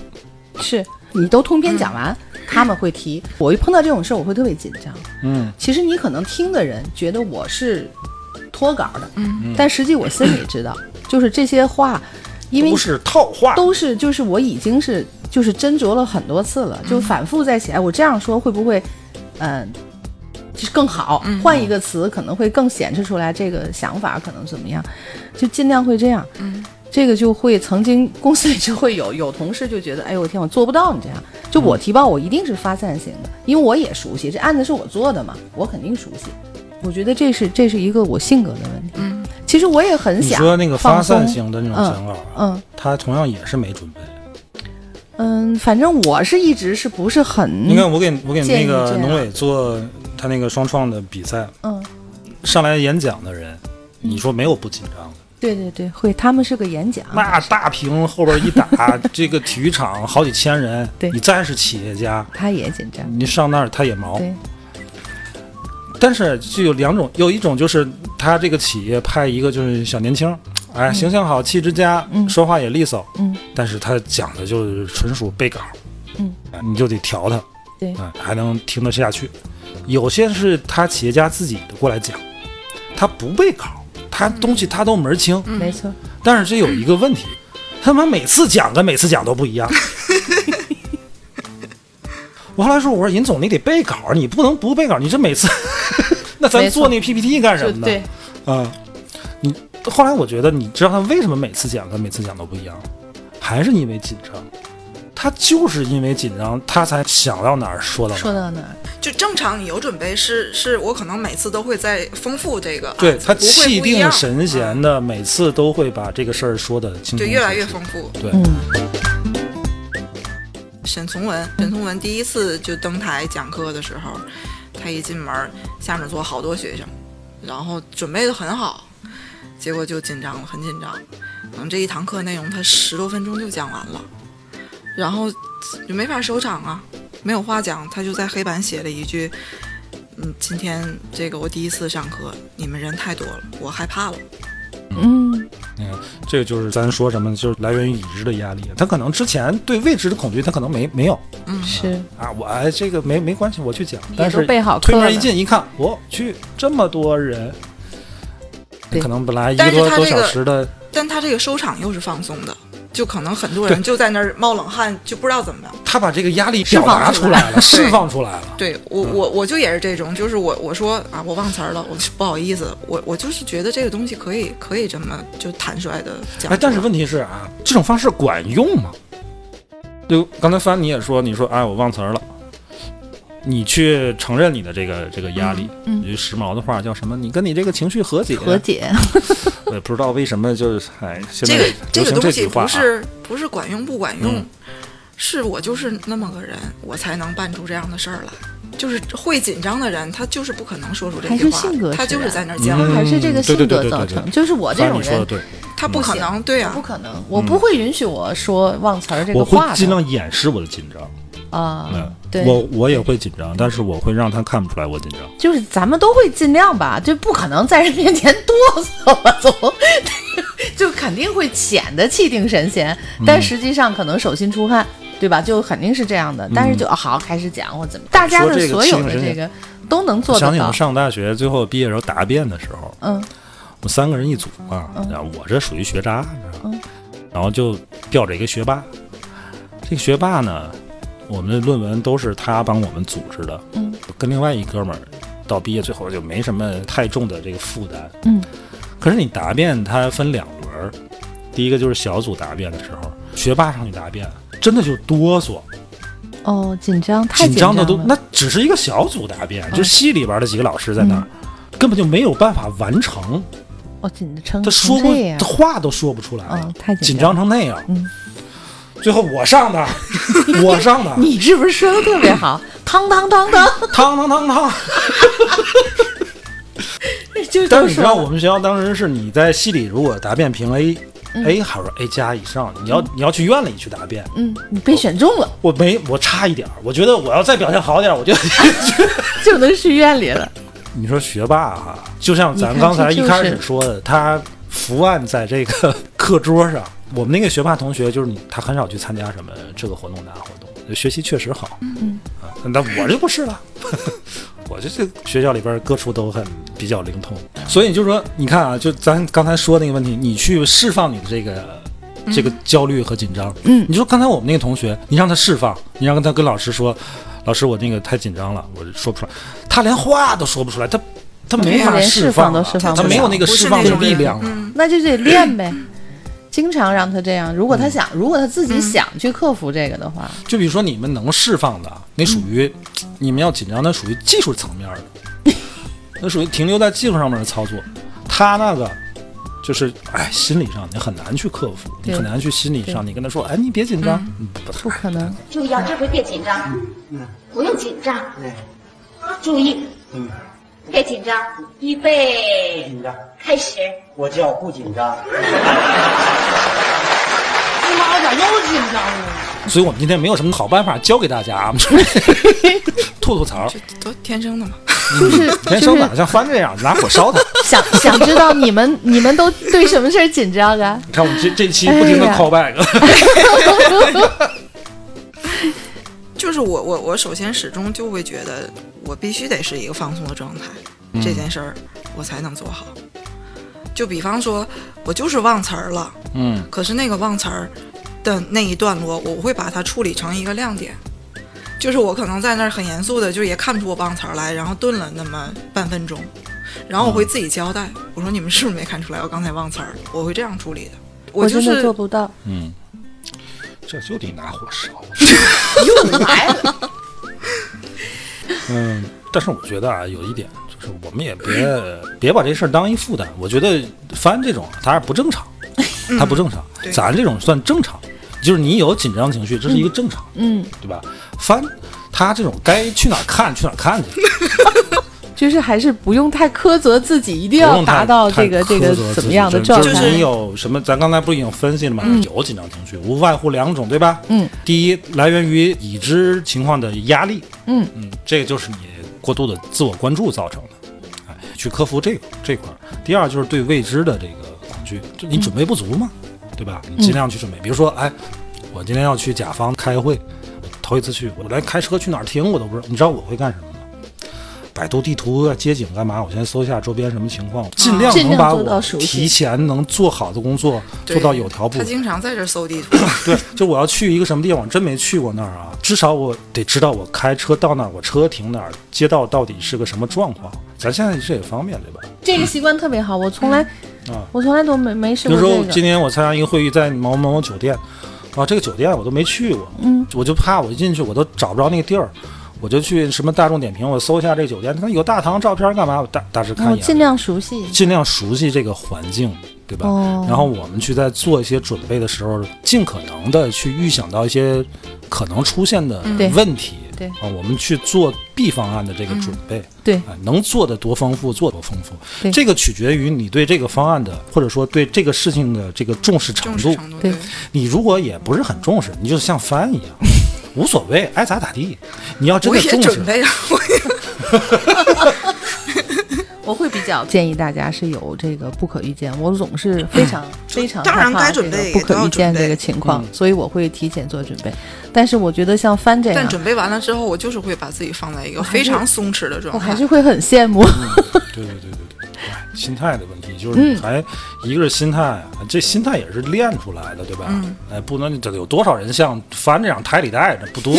[SPEAKER 3] 是你都通篇讲完，他们会提。我一碰到这种事儿，我会特别紧张。
[SPEAKER 1] 嗯，
[SPEAKER 3] 其实你可能听的人觉得我是脱稿的，
[SPEAKER 4] 嗯，
[SPEAKER 3] 但实际我心里知道，就是这些话，因为
[SPEAKER 1] 都是套话，
[SPEAKER 3] 都是就是我已经是就是斟酌了很多次了，
[SPEAKER 4] 嗯
[SPEAKER 3] 就反复在写，哎我这样说会不会，嗯、就是更好，
[SPEAKER 4] 嗯
[SPEAKER 3] 换一个词可能会更显示出来这个想法可能怎么样，就尽量会这样。
[SPEAKER 4] 嗯，
[SPEAKER 3] 这个就会曾经公司里就会有 有同事就觉得，哎呦我天，我做不到你这样。就我提报，我一定是发散型的，因为我也熟悉这案子是我做的嘛，我肯定熟悉。我觉得这是这是一个我性格的问题。
[SPEAKER 4] 嗯，
[SPEAKER 3] 其实我也很
[SPEAKER 1] 你
[SPEAKER 3] 想
[SPEAKER 1] 说那个发
[SPEAKER 3] 放松
[SPEAKER 1] 散，型的那种想法啊，
[SPEAKER 3] 嗯。
[SPEAKER 1] 他同样也是没准备。
[SPEAKER 3] 嗯，反正我是一直是不是很，
[SPEAKER 1] 你看，我给我给
[SPEAKER 3] 嗯建
[SPEAKER 1] 那
[SPEAKER 3] 议啊这
[SPEAKER 1] 个
[SPEAKER 3] 样
[SPEAKER 1] 农委做他那个双创的比赛，
[SPEAKER 3] 嗯，
[SPEAKER 1] 上来演讲的人，你说没有不紧张的？
[SPEAKER 3] 对对对，会，他们是个演讲，
[SPEAKER 1] 那大屏后边一 打，这个体育场好几千人
[SPEAKER 3] 对，
[SPEAKER 1] 你再是企业家，
[SPEAKER 3] 他也紧张，
[SPEAKER 1] 你上那儿他也毛。
[SPEAKER 3] 对，
[SPEAKER 1] 但是就有两种，有一种就是他这个企业派一个就是小年轻，哎，形象好，气质佳，
[SPEAKER 3] 嗯
[SPEAKER 1] 说话也利索，
[SPEAKER 3] 嗯，
[SPEAKER 1] 但是他讲的就是纯属背稿，
[SPEAKER 3] 嗯
[SPEAKER 1] 哎，你就得调他，
[SPEAKER 3] 对
[SPEAKER 1] 哎，还能听得下去。有些是他企业家自己过来讲，他不背稿，他东
[SPEAKER 3] 嗯
[SPEAKER 1] 西他都门儿清，
[SPEAKER 3] 没错，
[SPEAKER 1] 但是这有一个问题，他妈每次讲跟每次讲都不一 样。我后来说，我说尹总，你得背稿，你不能不背稿，你这每次 那咱
[SPEAKER 3] 没错
[SPEAKER 1] 做嗯那 PPT 干什
[SPEAKER 3] 就
[SPEAKER 1] 么呢？
[SPEAKER 3] 对，
[SPEAKER 1] 啊，你后来我觉得，你知道他为什么每次讲跟每次讲都不一样，还是因为紧张。他就是因为紧张，他才想到哪儿说到哪儿。
[SPEAKER 3] 说到哪儿？
[SPEAKER 4] 就正常你有准备是是我可能每次都会在丰富这个案子，啊
[SPEAKER 1] 对他
[SPEAKER 4] 不会
[SPEAKER 1] 气
[SPEAKER 4] 不一
[SPEAKER 1] 定
[SPEAKER 4] 样
[SPEAKER 1] 神
[SPEAKER 4] 嗯
[SPEAKER 1] 闲的，每次都会把这个事儿说的清清楚楚。
[SPEAKER 4] 就越来越丰富。
[SPEAKER 1] 对，
[SPEAKER 3] 嗯，
[SPEAKER 4] 沈从文，沈从文第一次就登台讲课的时候，他一进门儿，下面坐好多学生，然后准备的很好，结果就紧张了，很紧张。可能这一堂课内容他十多分钟就讲完了，然后就没法收场啊，没有话讲，他就在黑板写了一句：“嗯，今天这个我第一次上课，你们人太多了，我害怕了。
[SPEAKER 3] 嗯，
[SPEAKER 1] 这个就是咱说什么，就是来源于已知的压力。他可能之前对未知的恐惧，他可能没没有
[SPEAKER 4] 嗯
[SPEAKER 3] 是
[SPEAKER 1] 啊，我哎这个没没关系，我去讲。但
[SPEAKER 3] 也都
[SPEAKER 1] 是
[SPEAKER 3] 备好
[SPEAKER 1] 推
[SPEAKER 3] 课
[SPEAKER 1] 门一
[SPEAKER 3] 了。
[SPEAKER 1] 进一看，我去这么多人，
[SPEAKER 3] 对
[SPEAKER 1] 可能本来一
[SPEAKER 4] 但
[SPEAKER 1] 个
[SPEAKER 4] 是
[SPEAKER 1] 多
[SPEAKER 4] 他
[SPEAKER 1] 多
[SPEAKER 4] 这
[SPEAKER 1] 小
[SPEAKER 4] 个
[SPEAKER 1] 时的
[SPEAKER 4] 但他这个收场又是放松的，就可能很多人就在那儿冒冷汗，就不知道怎么办。
[SPEAKER 1] 他把这个压力表达出来了，释放出来了。
[SPEAKER 4] 对我我我就也是这种，就是我我说啊，我忘词儿了，我不好意思，我我就是觉得这个东西可以可以这么就坦率的讲出来。
[SPEAKER 1] 哎，但是问题是啊，这种方式管用吗？就刚才帆你也说，你说哎，我忘词儿了，你去承认你的这个这个压力，
[SPEAKER 3] 嗯嗯
[SPEAKER 1] 一句时髦的话叫什么？你跟你这个情绪和解。
[SPEAKER 3] 和解，
[SPEAKER 1] 我也不知道为什么就是哎，现在
[SPEAKER 4] 这
[SPEAKER 1] 流
[SPEAKER 4] 个这个
[SPEAKER 1] 行
[SPEAKER 4] 东
[SPEAKER 1] 这
[SPEAKER 4] 西
[SPEAKER 1] 句话、
[SPEAKER 4] 不
[SPEAKER 1] 啊，
[SPEAKER 4] 是不是管用不管用，
[SPEAKER 1] 嗯
[SPEAKER 4] 是我就是那么个人，我才能办出这样的事儿来。就是会紧张的人，他就是不可能说出这
[SPEAKER 3] 还
[SPEAKER 4] 句
[SPEAKER 3] 是
[SPEAKER 4] 话
[SPEAKER 3] 性格
[SPEAKER 4] 的，他
[SPEAKER 3] 使
[SPEAKER 4] 就是
[SPEAKER 3] 然
[SPEAKER 4] 在那儿僵，
[SPEAKER 1] 嗯
[SPEAKER 3] 还是这个性
[SPEAKER 1] 对对对
[SPEAKER 3] 格
[SPEAKER 1] 对对
[SPEAKER 3] 造
[SPEAKER 1] 对
[SPEAKER 3] 成。就是我这
[SPEAKER 1] 帆
[SPEAKER 3] 种
[SPEAKER 1] 啊你说的
[SPEAKER 3] 人，
[SPEAKER 1] 对，嗯
[SPEAKER 4] 他不可能，对
[SPEAKER 3] 我
[SPEAKER 4] 啊
[SPEAKER 3] 不，可能，我不会允许我说忘词儿这
[SPEAKER 1] 我
[SPEAKER 3] 个
[SPEAKER 1] 会
[SPEAKER 3] 话
[SPEAKER 1] 尽
[SPEAKER 3] 的
[SPEAKER 1] 量掩饰我的紧张。
[SPEAKER 3] 啊
[SPEAKER 1] 嗯。，
[SPEAKER 3] 对，
[SPEAKER 1] 我我也会紧张，但是我会让他看不出来我紧张。
[SPEAKER 3] 就是咱们都会尽量吧，就不可能在人面前哆嗦吧， 总就肯定会显得气定神闲，
[SPEAKER 1] 嗯
[SPEAKER 3] 但实际上可能手心出汗，对吧？就肯定是这样的。但是就、啊好开始讲或怎么，大家
[SPEAKER 1] 嗯说
[SPEAKER 3] 的
[SPEAKER 1] 这个
[SPEAKER 3] 所有的
[SPEAKER 1] 气定神
[SPEAKER 3] 这个都能做
[SPEAKER 1] 想
[SPEAKER 3] 得
[SPEAKER 1] 起我
[SPEAKER 3] 到
[SPEAKER 1] 们。上大学最后毕业时候答辩的时候，
[SPEAKER 3] 嗯
[SPEAKER 1] 我们三个人一组嘛，然后我这属于学渣，你知道吗？
[SPEAKER 3] 嗯
[SPEAKER 1] 然后就吊着一个学霸，这个学霸呢，我们的论文都是他帮我们组织的，
[SPEAKER 3] 嗯
[SPEAKER 1] 跟另外一哥们儿到毕业最后就没什么太重的这个负担，
[SPEAKER 3] 嗯。
[SPEAKER 1] 可是你答辩它分两轮儿，第一个就是小组答辩的时候，学霸上去答辩，真的就哆嗦，
[SPEAKER 3] 哦，紧张，太
[SPEAKER 1] 紧
[SPEAKER 3] 张
[SPEAKER 1] 的都
[SPEAKER 3] 了
[SPEAKER 1] 那只是一个小组答辩，就
[SPEAKER 3] 嗯
[SPEAKER 1] 系里边的几个老师在那儿，根本就没有办法完成。
[SPEAKER 3] 我哦紧的撑
[SPEAKER 1] 他说
[SPEAKER 3] 嗯成
[SPEAKER 1] 不
[SPEAKER 3] 这样
[SPEAKER 1] 他话都说不出来了，
[SPEAKER 3] 嗯太紧
[SPEAKER 1] 紧
[SPEAKER 3] 张
[SPEAKER 1] 张成那样。
[SPEAKER 3] 嗯
[SPEAKER 1] 最后我上的， 我上的，
[SPEAKER 3] 你是不是说的特别好？当当当当，
[SPEAKER 1] 汤汤汤汤。
[SPEAKER 3] 就是
[SPEAKER 1] 但
[SPEAKER 3] 都
[SPEAKER 1] 是你知道，
[SPEAKER 3] 说
[SPEAKER 1] 我们学校当时是你在系里如果答辩评 A。A 还是 A 加以上，你要你要去院里去答辩，
[SPEAKER 3] 嗯，你被选中了
[SPEAKER 1] 我没我差一点儿，我觉得我要再表现好点儿，我就
[SPEAKER 3] 就能去院里了。
[SPEAKER 1] 你说学霸哈、就像咱
[SPEAKER 3] 你看
[SPEAKER 1] 刚才
[SPEAKER 3] 这就
[SPEAKER 1] 一
[SPEAKER 3] 是
[SPEAKER 1] 开始说的，他伏案在这个 课桌上。我们那个学霸同学，就是你，他很少去参加什么这个活动那活动，学习确实好。嗯啊，那我就不是了，我就这学校里边各处都很比较灵通。所以就说，你看啊，就咱刚才说那个问题，你去释放你的这个。这个焦虑和紧张，嗯，你说刚才我们那个同学，你让他释放，你让他跟老师说，老师我那个太紧张了，我说不出来，他连话都说不出来，他他没法
[SPEAKER 3] 连释
[SPEAKER 1] 释
[SPEAKER 3] 放
[SPEAKER 1] 放
[SPEAKER 3] 都
[SPEAKER 1] 啊，
[SPEAKER 3] 释放
[SPEAKER 1] 他
[SPEAKER 3] 不
[SPEAKER 1] 没
[SPEAKER 3] 了
[SPEAKER 1] 有那个
[SPEAKER 4] 不
[SPEAKER 1] 释
[SPEAKER 4] 是
[SPEAKER 1] 放
[SPEAKER 4] 那
[SPEAKER 1] 的
[SPEAKER 4] 种
[SPEAKER 1] 力
[SPEAKER 4] 人
[SPEAKER 1] 量了。啊
[SPEAKER 4] 嗯，
[SPEAKER 3] 那就得练 呗。经常让他这样，如果他想，如果他自己想去克服这个的话，
[SPEAKER 1] 就比如说你们能释放的，啊那属
[SPEAKER 3] 嗯
[SPEAKER 1] 于你们要紧张，那属于技术层面的，那属于停留在技术上面的操作。他那个就是哎，心理上你很难去克服，你
[SPEAKER 3] 对
[SPEAKER 1] 很难去心理上，你跟他说，哎，你别紧张，嗯不
[SPEAKER 3] 不可能。
[SPEAKER 5] 注意啊，这回别紧张，不用紧张，注意，别紧张，预备，
[SPEAKER 6] 嗯紧张，
[SPEAKER 5] 开始。
[SPEAKER 6] 我叫不紧张。
[SPEAKER 1] 所以我们今天没有什么好办法教给大家，我们 吐吐槽，
[SPEAKER 4] 这都天生的嘛。
[SPEAKER 3] 就是
[SPEAKER 1] 天
[SPEAKER 3] 就
[SPEAKER 1] 生
[SPEAKER 3] 是
[SPEAKER 1] 的像翻这样，拿火烧他。
[SPEAKER 3] 想想知道你们你们都对什么事儿紧张啊？
[SPEAKER 1] 你看我们这这期不停的
[SPEAKER 3] 哎呀
[SPEAKER 1] callback，
[SPEAKER 4] 就是我我我首先始终就会觉得，我必须得是一个放松的状态，
[SPEAKER 1] 嗯
[SPEAKER 4] 这件事儿我才能做好。就比方说，我就是忘词儿了，
[SPEAKER 1] 嗯。
[SPEAKER 4] 可是那个忘词儿的那一段落，我会把它处理成一个亮点。就是我可能在那儿很严肃的，就是也看不出我忘词儿来，然后顿了那么半分钟，然后我会
[SPEAKER 1] 嗯
[SPEAKER 4] 自己交代，我说你们是不是没看出来我刚才忘词儿？我会这样处理的。我就
[SPEAKER 3] 真的
[SPEAKER 4] 是
[SPEAKER 3] 做不到。
[SPEAKER 1] 嗯，这就得拿火烧。
[SPEAKER 3] 又来了，
[SPEAKER 1] 嗯，但是我觉得啊，有一点就是我们也别别把这事儿当一负担。我觉得帆这种啊他是不正常，他不正常，
[SPEAKER 4] 对
[SPEAKER 1] 咱这种算正常，就是你有紧张情绪，这是一个正常，嗯，对吧？帆他这种该去哪儿看去哪儿看去，
[SPEAKER 3] 就是还是不用太苛责自己，一定
[SPEAKER 1] 不
[SPEAKER 3] 要
[SPEAKER 1] 用
[SPEAKER 3] 达
[SPEAKER 1] 太
[SPEAKER 3] 到
[SPEAKER 1] 太
[SPEAKER 3] 这个这
[SPEAKER 1] 苛
[SPEAKER 3] 个
[SPEAKER 1] 责自
[SPEAKER 3] 怎么
[SPEAKER 1] 己
[SPEAKER 3] 样的
[SPEAKER 1] 就
[SPEAKER 3] 状
[SPEAKER 1] 就
[SPEAKER 3] 态。
[SPEAKER 1] 是你有什么？咱刚才不是已经分析了吗？有紧张情绪，无外乎两种，对吧？
[SPEAKER 3] 嗯。
[SPEAKER 1] 第一，来源于已知情况的压力。
[SPEAKER 3] 嗯
[SPEAKER 1] 嗯，这个就是你过度的自我关注造成的。哎，去克服这个这块儿。第二就是对未知的这个恐惧，就你准备不足嘛，对吧？你尽量去准备。比如说，哎，我今天要去甲方开会，头一次去，我连开车去哪儿停我都不知道。你知道我会干什么吗？百度地图啊，街景干嘛？我先搜一下周边什么情况，尽量
[SPEAKER 3] 哦尽
[SPEAKER 1] 能
[SPEAKER 3] 量
[SPEAKER 1] 把
[SPEAKER 3] 做到
[SPEAKER 1] 我
[SPEAKER 3] 熟悉
[SPEAKER 1] 提前能做好的工作做
[SPEAKER 4] 对
[SPEAKER 1] 到有条不
[SPEAKER 4] 他
[SPEAKER 1] 紊。啊
[SPEAKER 4] 经常在这儿搜地图，
[SPEAKER 1] 对，就我要去一个什么地方，我真没去过那儿啊，至少我得知道我开车到那儿，我车停哪儿，街道到底是个什么状况。咱现在这也方便，对吧？
[SPEAKER 3] 这个习惯特别好，我从来
[SPEAKER 1] 啊
[SPEAKER 3] 我从来都没没试
[SPEAKER 1] 比如
[SPEAKER 3] 过
[SPEAKER 1] 说
[SPEAKER 3] 这
[SPEAKER 1] 今
[SPEAKER 3] 个。
[SPEAKER 1] 天我参加一个会议，在某某某酒店，啊，这个酒店我都没去过，嗯，我就怕我一进去我都找不着那个地儿，我就去什么大众点评，我搜一下这个酒店，它有大堂照片干嘛？我大大致看
[SPEAKER 3] 我
[SPEAKER 1] 一眼，
[SPEAKER 3] 哦尽量熟悉，
[SPEAKER 1] 尽量熟悉这个环境，对吧？
[SPEAKER 3] 哦
[SPEAKER 1] 然后我们去在做一些准备的时候，尽可能的去预想到一些可能出现的
[SPEAKER 4] 嗯
[SPEAKER 3] 对
[SPEAKER 1] 问题，
[SPEAKER 3] 对
[SPEAKER 1] 啊，我们去做 B 方案的这个准备，
[SPEAKER 4] 嗯
[SPEAKER 3] 对
[SPEAKER 1] 啊，能做的多丰富做多丰富，
[SPEAKER 3] 对
[SPEAKER 1] 这个取决于你对这个方案的或者说对这个事情的这个重视程
[SPEAKER 4] 重
[SPEAKER 1] 度
[SPEAKER 4] 视。程度
[SPEAKER 3] 对
[SPEAKER 4] 对。
[SPEAKER 1] 你如果也不是很重视，你就像翻一样。无所谓，爱咋咋地。你要真
[SPEAKER 4] 我
[SPEAKER 1] 的
[SPEAKER 4] 也
[SPEAKER 1] 重视
[SPEAKER 4] 准，备了，我
[SPEAKER 3] 我会比较建议大家是有这个不可预见，我总是非常、非常
[SPEAKER 4] 当然
[SPEAKER 3] 害怕
[SPEAKER 4] 该准
[SPEAKER 3] 这个
[SPEAKER 4] 备
[SPEAKER 3] 不
[SPEAKER 4] 也都
[SPEAKER 3] 可
[SPEAKER 4] 要
[SPEAKER 3] 预见
[SPEAKER 4] 准备
[SPEAKER 3] 这个情况，所以我会提前做准备。但是我觉得像翻这
[SPEAKER 4] 但
[SPEAKER 3] 样，
[SPEAKER 4] 准备完了之后，我就是会把自己放在一个非常松弛的
[SPEAKER 3] 我
[SPEAKER 4] 状态
[SPEAKER 3] 还。是会很羡慕。
[SPEAKER 1] 嗯对对对对对，哎心态的问题就是
[SPEAKER 4] 嗯
[SPEAKER 1] 你还、一个是心态啊，这心态也是练出来的，对吧？
[SPEAKER 4] 嗯
[SPEAKER 1] 哎，不能这有多少人像凡这样抬里带的不 多，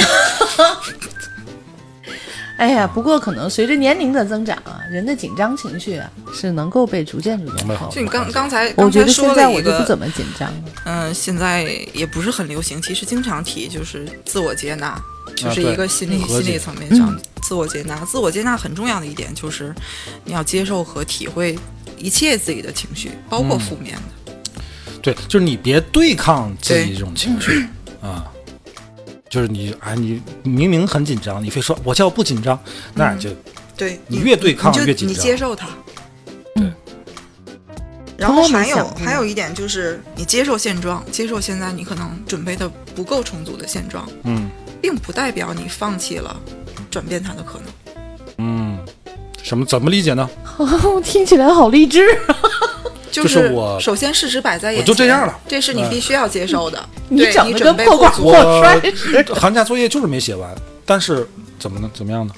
[SPEAKER 3] 哎呀，不过可能随着年龄的增长啊，人的紧张情绪啊是能够被逐渐逐渐
[SPEAKER 1] 明白
[SPEAKER 3] 控
[SPEAKER 1] 好
[SPEAKER 3] 制
[SPEAKER 4] 就。你刚刚才
[SPEAKER 3] 我
[SPEAKER 4] 刚
[SPEAKER 3] 觉
[SPEAKER 4] 才
[SPEAKER 3] 得现
[SPEAKER 4] 说
[SPEAKER 3] 在
[SPEAKER 4] 了
[SPEAKER 3] 我
[SPEAKER 4] 一
[SPEAKER 3] 就不
[SPEAKER 4] 个
[SPEAKER 3] 怎，么紧张 了。
[SPEAKER 4] 嗯，现在也不是很流行，其实经常提就是自我接纳，就是一
[SPEAKER 1] 对
[SPEAKER 4] 个心
[SPEAKER 3] 嗯
[SPEAKER 4] 理、
[SPEAKER 1] 和
[SPEAKER 4] 心
[SPEAKER 1] 解
[SPEAKER 4] 理层面上自我接纳。自我接纳很重要的一点就是你要接受和体会一切自己的情绪，包
[SPEAKER 3] 嗯
[SPEAKER 4] 括负面的。
[SPEAKER 1] 对，就是你别对抗自己
[SPEAKER 4] 对
[SPEAKER 1] 这种情 绪啊。就是你，哎，你明明很紧张，你非说我叫不紧张，那
[SPEAKER 4] 嗯
[SPEAKER 1] 就、
[SPEAKER 4] 对
[SPEAKER 1] 你越对抗
[SPEAKER 4] 你就
[SPEAKER 1] 越紧张
[SPEAKER 4] 你接受它。
[SPEAKER 1] 对。
[SPEAKER 4] 然后
[SPEAKER 3] 从来
[SPEAKER 4] 还
[SPEAKER 3] 嗯没想
[SPEAKER 4] 有
[SPEAKER 3] 过
[SPEAKER 4] 还有一点就是，你接受现状，接受现在你可能准备的不够充足的现状，
[SPEAKER 1] 嗯
[SPEAKER 4] 并不代表你放弃了转变它的可能。
[SPEAKER 1] 嗯，什么怎么理解呢？
[SPEAKER 3] 哦听起来好励志。
[SPEAKER 4] 就
[SPEAKER 1] 就是我
[SPEAKER 4] 首先事实摆在眼前，
[SPEAKER 1] 我就这样了
[SPEAKER 4] 这是你必须要接受的。
[SPEAKER 3] 嗯你
[SPEAKER 4] 对
[SPEAKER 3] 整
[SPEAKER 4] 你
[SPEAKER 3] 的跟
[SPEAKER 4] 准备
[SPEAKER 3] 破罐
[SPEAKER 4] 不足
[SPEAKER 3] 破 摔
[SPEAKER 1] 我哎
[SPEAKER 3] 似的。
[SPEAKER 1] 寒假作业就是没写完，但是怎么呢？怎么样呢？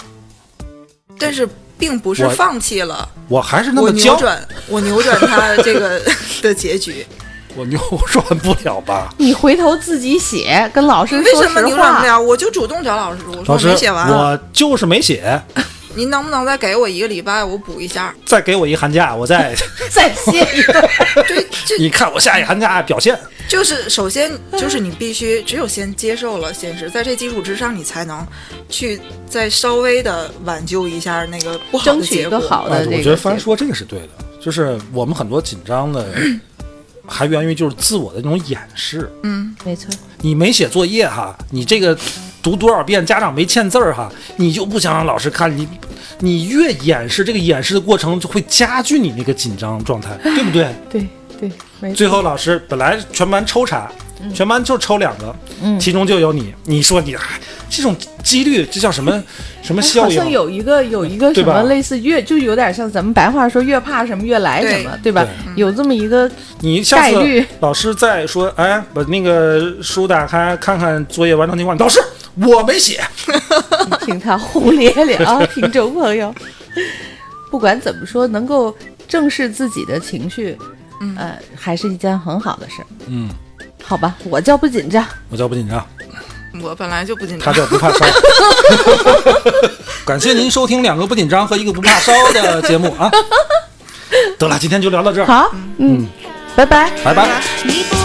[SPEAKER 4] 但是并不是
[SPEAKER 1] 我
[SPEAKER 4] 放弃了，
[SPEAKER 1] 我还是那
[SPEAKER 4] 我
[SPEAKER 1] 么
[SPEAKER 4] 扭
[SPEAKER 1] 教，
[SPEAKER 4] 转，我扭转他这个 的结 局。
[SPEAKER 1] 我扭 转不了吧？
[SPEAKER 3] 你回头自己写，跟老师
[SPEAKER 4] 为
[SPEAKER 3] 说
[SPEAKER 4] 什么
[SPEAKER 3] 实
[SPEAKER 4] 扭转不
[SPEAKER 3] 话。
[SPEAKER 4] 了？我就主动找老师说，我说
[SPEAKER 1] 老
[SPEAKER 4] 我
[SPEAKER 1] 师，
[SPEAKER 4] 没写完啊，
[SPEAKER 1] 我就是没写。
[SPEAKER 4] 您能不能再给我一个礼拜，我补一下？
[SPEAKER 1] 再给我一寒假，我 再
[SPEAKER 3] 再歇一个，
[SPEAKER 4] 对，这
[SPEAKER 1] 你看我下一寒假表现。
[SPEAKER 4] 就是首先就是你必须只有先接受了现实，在这基础之上，你才能去再稍微的挽救一下那个不好
[SPEAKER 3] 争
[SPEAKER 4] 的
[SPEAKER 3] 取一
[SPEAKER 4] 结
[SPEAKER 3] 个
[SPEAKER 4] 果。
[SPEAKER 3] 好的这个。
[SPEAKER 1] 哎我觉得帆说这个是对的，就是我们很多紧张的， 还源于就是自我的那种掩饰。
[SPEAKER 3] 没错，
[SPEAKER 1] 你没写作业哈，你这个读多少遍，家长没签字儿哈，你就不想让老师看你，你越掩饰，这个掩饰的过程就会加剧你那个紧张状 态，对不对？
[SPEAKER 3] 对对，没错。
[SPEAKER 1] 最后老师本来全班抽查，
[SPEAKER 3] 嗯
[SPEAKER 1] 全班就抽两个，其中就有你。你说你、哎这种几率，这叫什么什么效
[SPEAKER 3] 好
[SPEAKER 1] 应？啊
[SPEAKER 3] 像有一个有一个
[SPEAKER 1] 对
[SPEAKER 3] 什么
[SPEAKER 1] 吧
[SPEAKER 3] 类似越，就有点像咱们白话说越怕什么越来什么，对吧？有这么一个
[SPEAKER 1] 你下
[SPEAKER 3] 概
[SPEAKER 1] 次
[SPEAKER 3] 率
[SPEAKER 1] 老师再说，哎，把那个书打开看看作业完成情况。老师，我没写。
[SPEAKER 3] 听他胡咧咧 啊，听众朋友，不管怎么说，能够正视自己的情绪，呃，还是一件很好的事儿。
[SPEAKER 1] 嗯，
[SPEAKER 3] 好吧，我叫不紧张，
[SPEAKER 1] 我叫不紧张，
[SPEAKER 4] 我本来就不紧
[SPEAKER 1] 他
[SPEAKER 4] 张。
[SPEAKER 1] 叫不怕 烧。感谢您收听两个不紧张和一个不怕烧的节目啊！得了，今天就聊到这儿，
[SPEAKER 3] 好，嗯，拜拜。
[SPEAKER 1] 拜拜。
[SPEAKER 2] 你不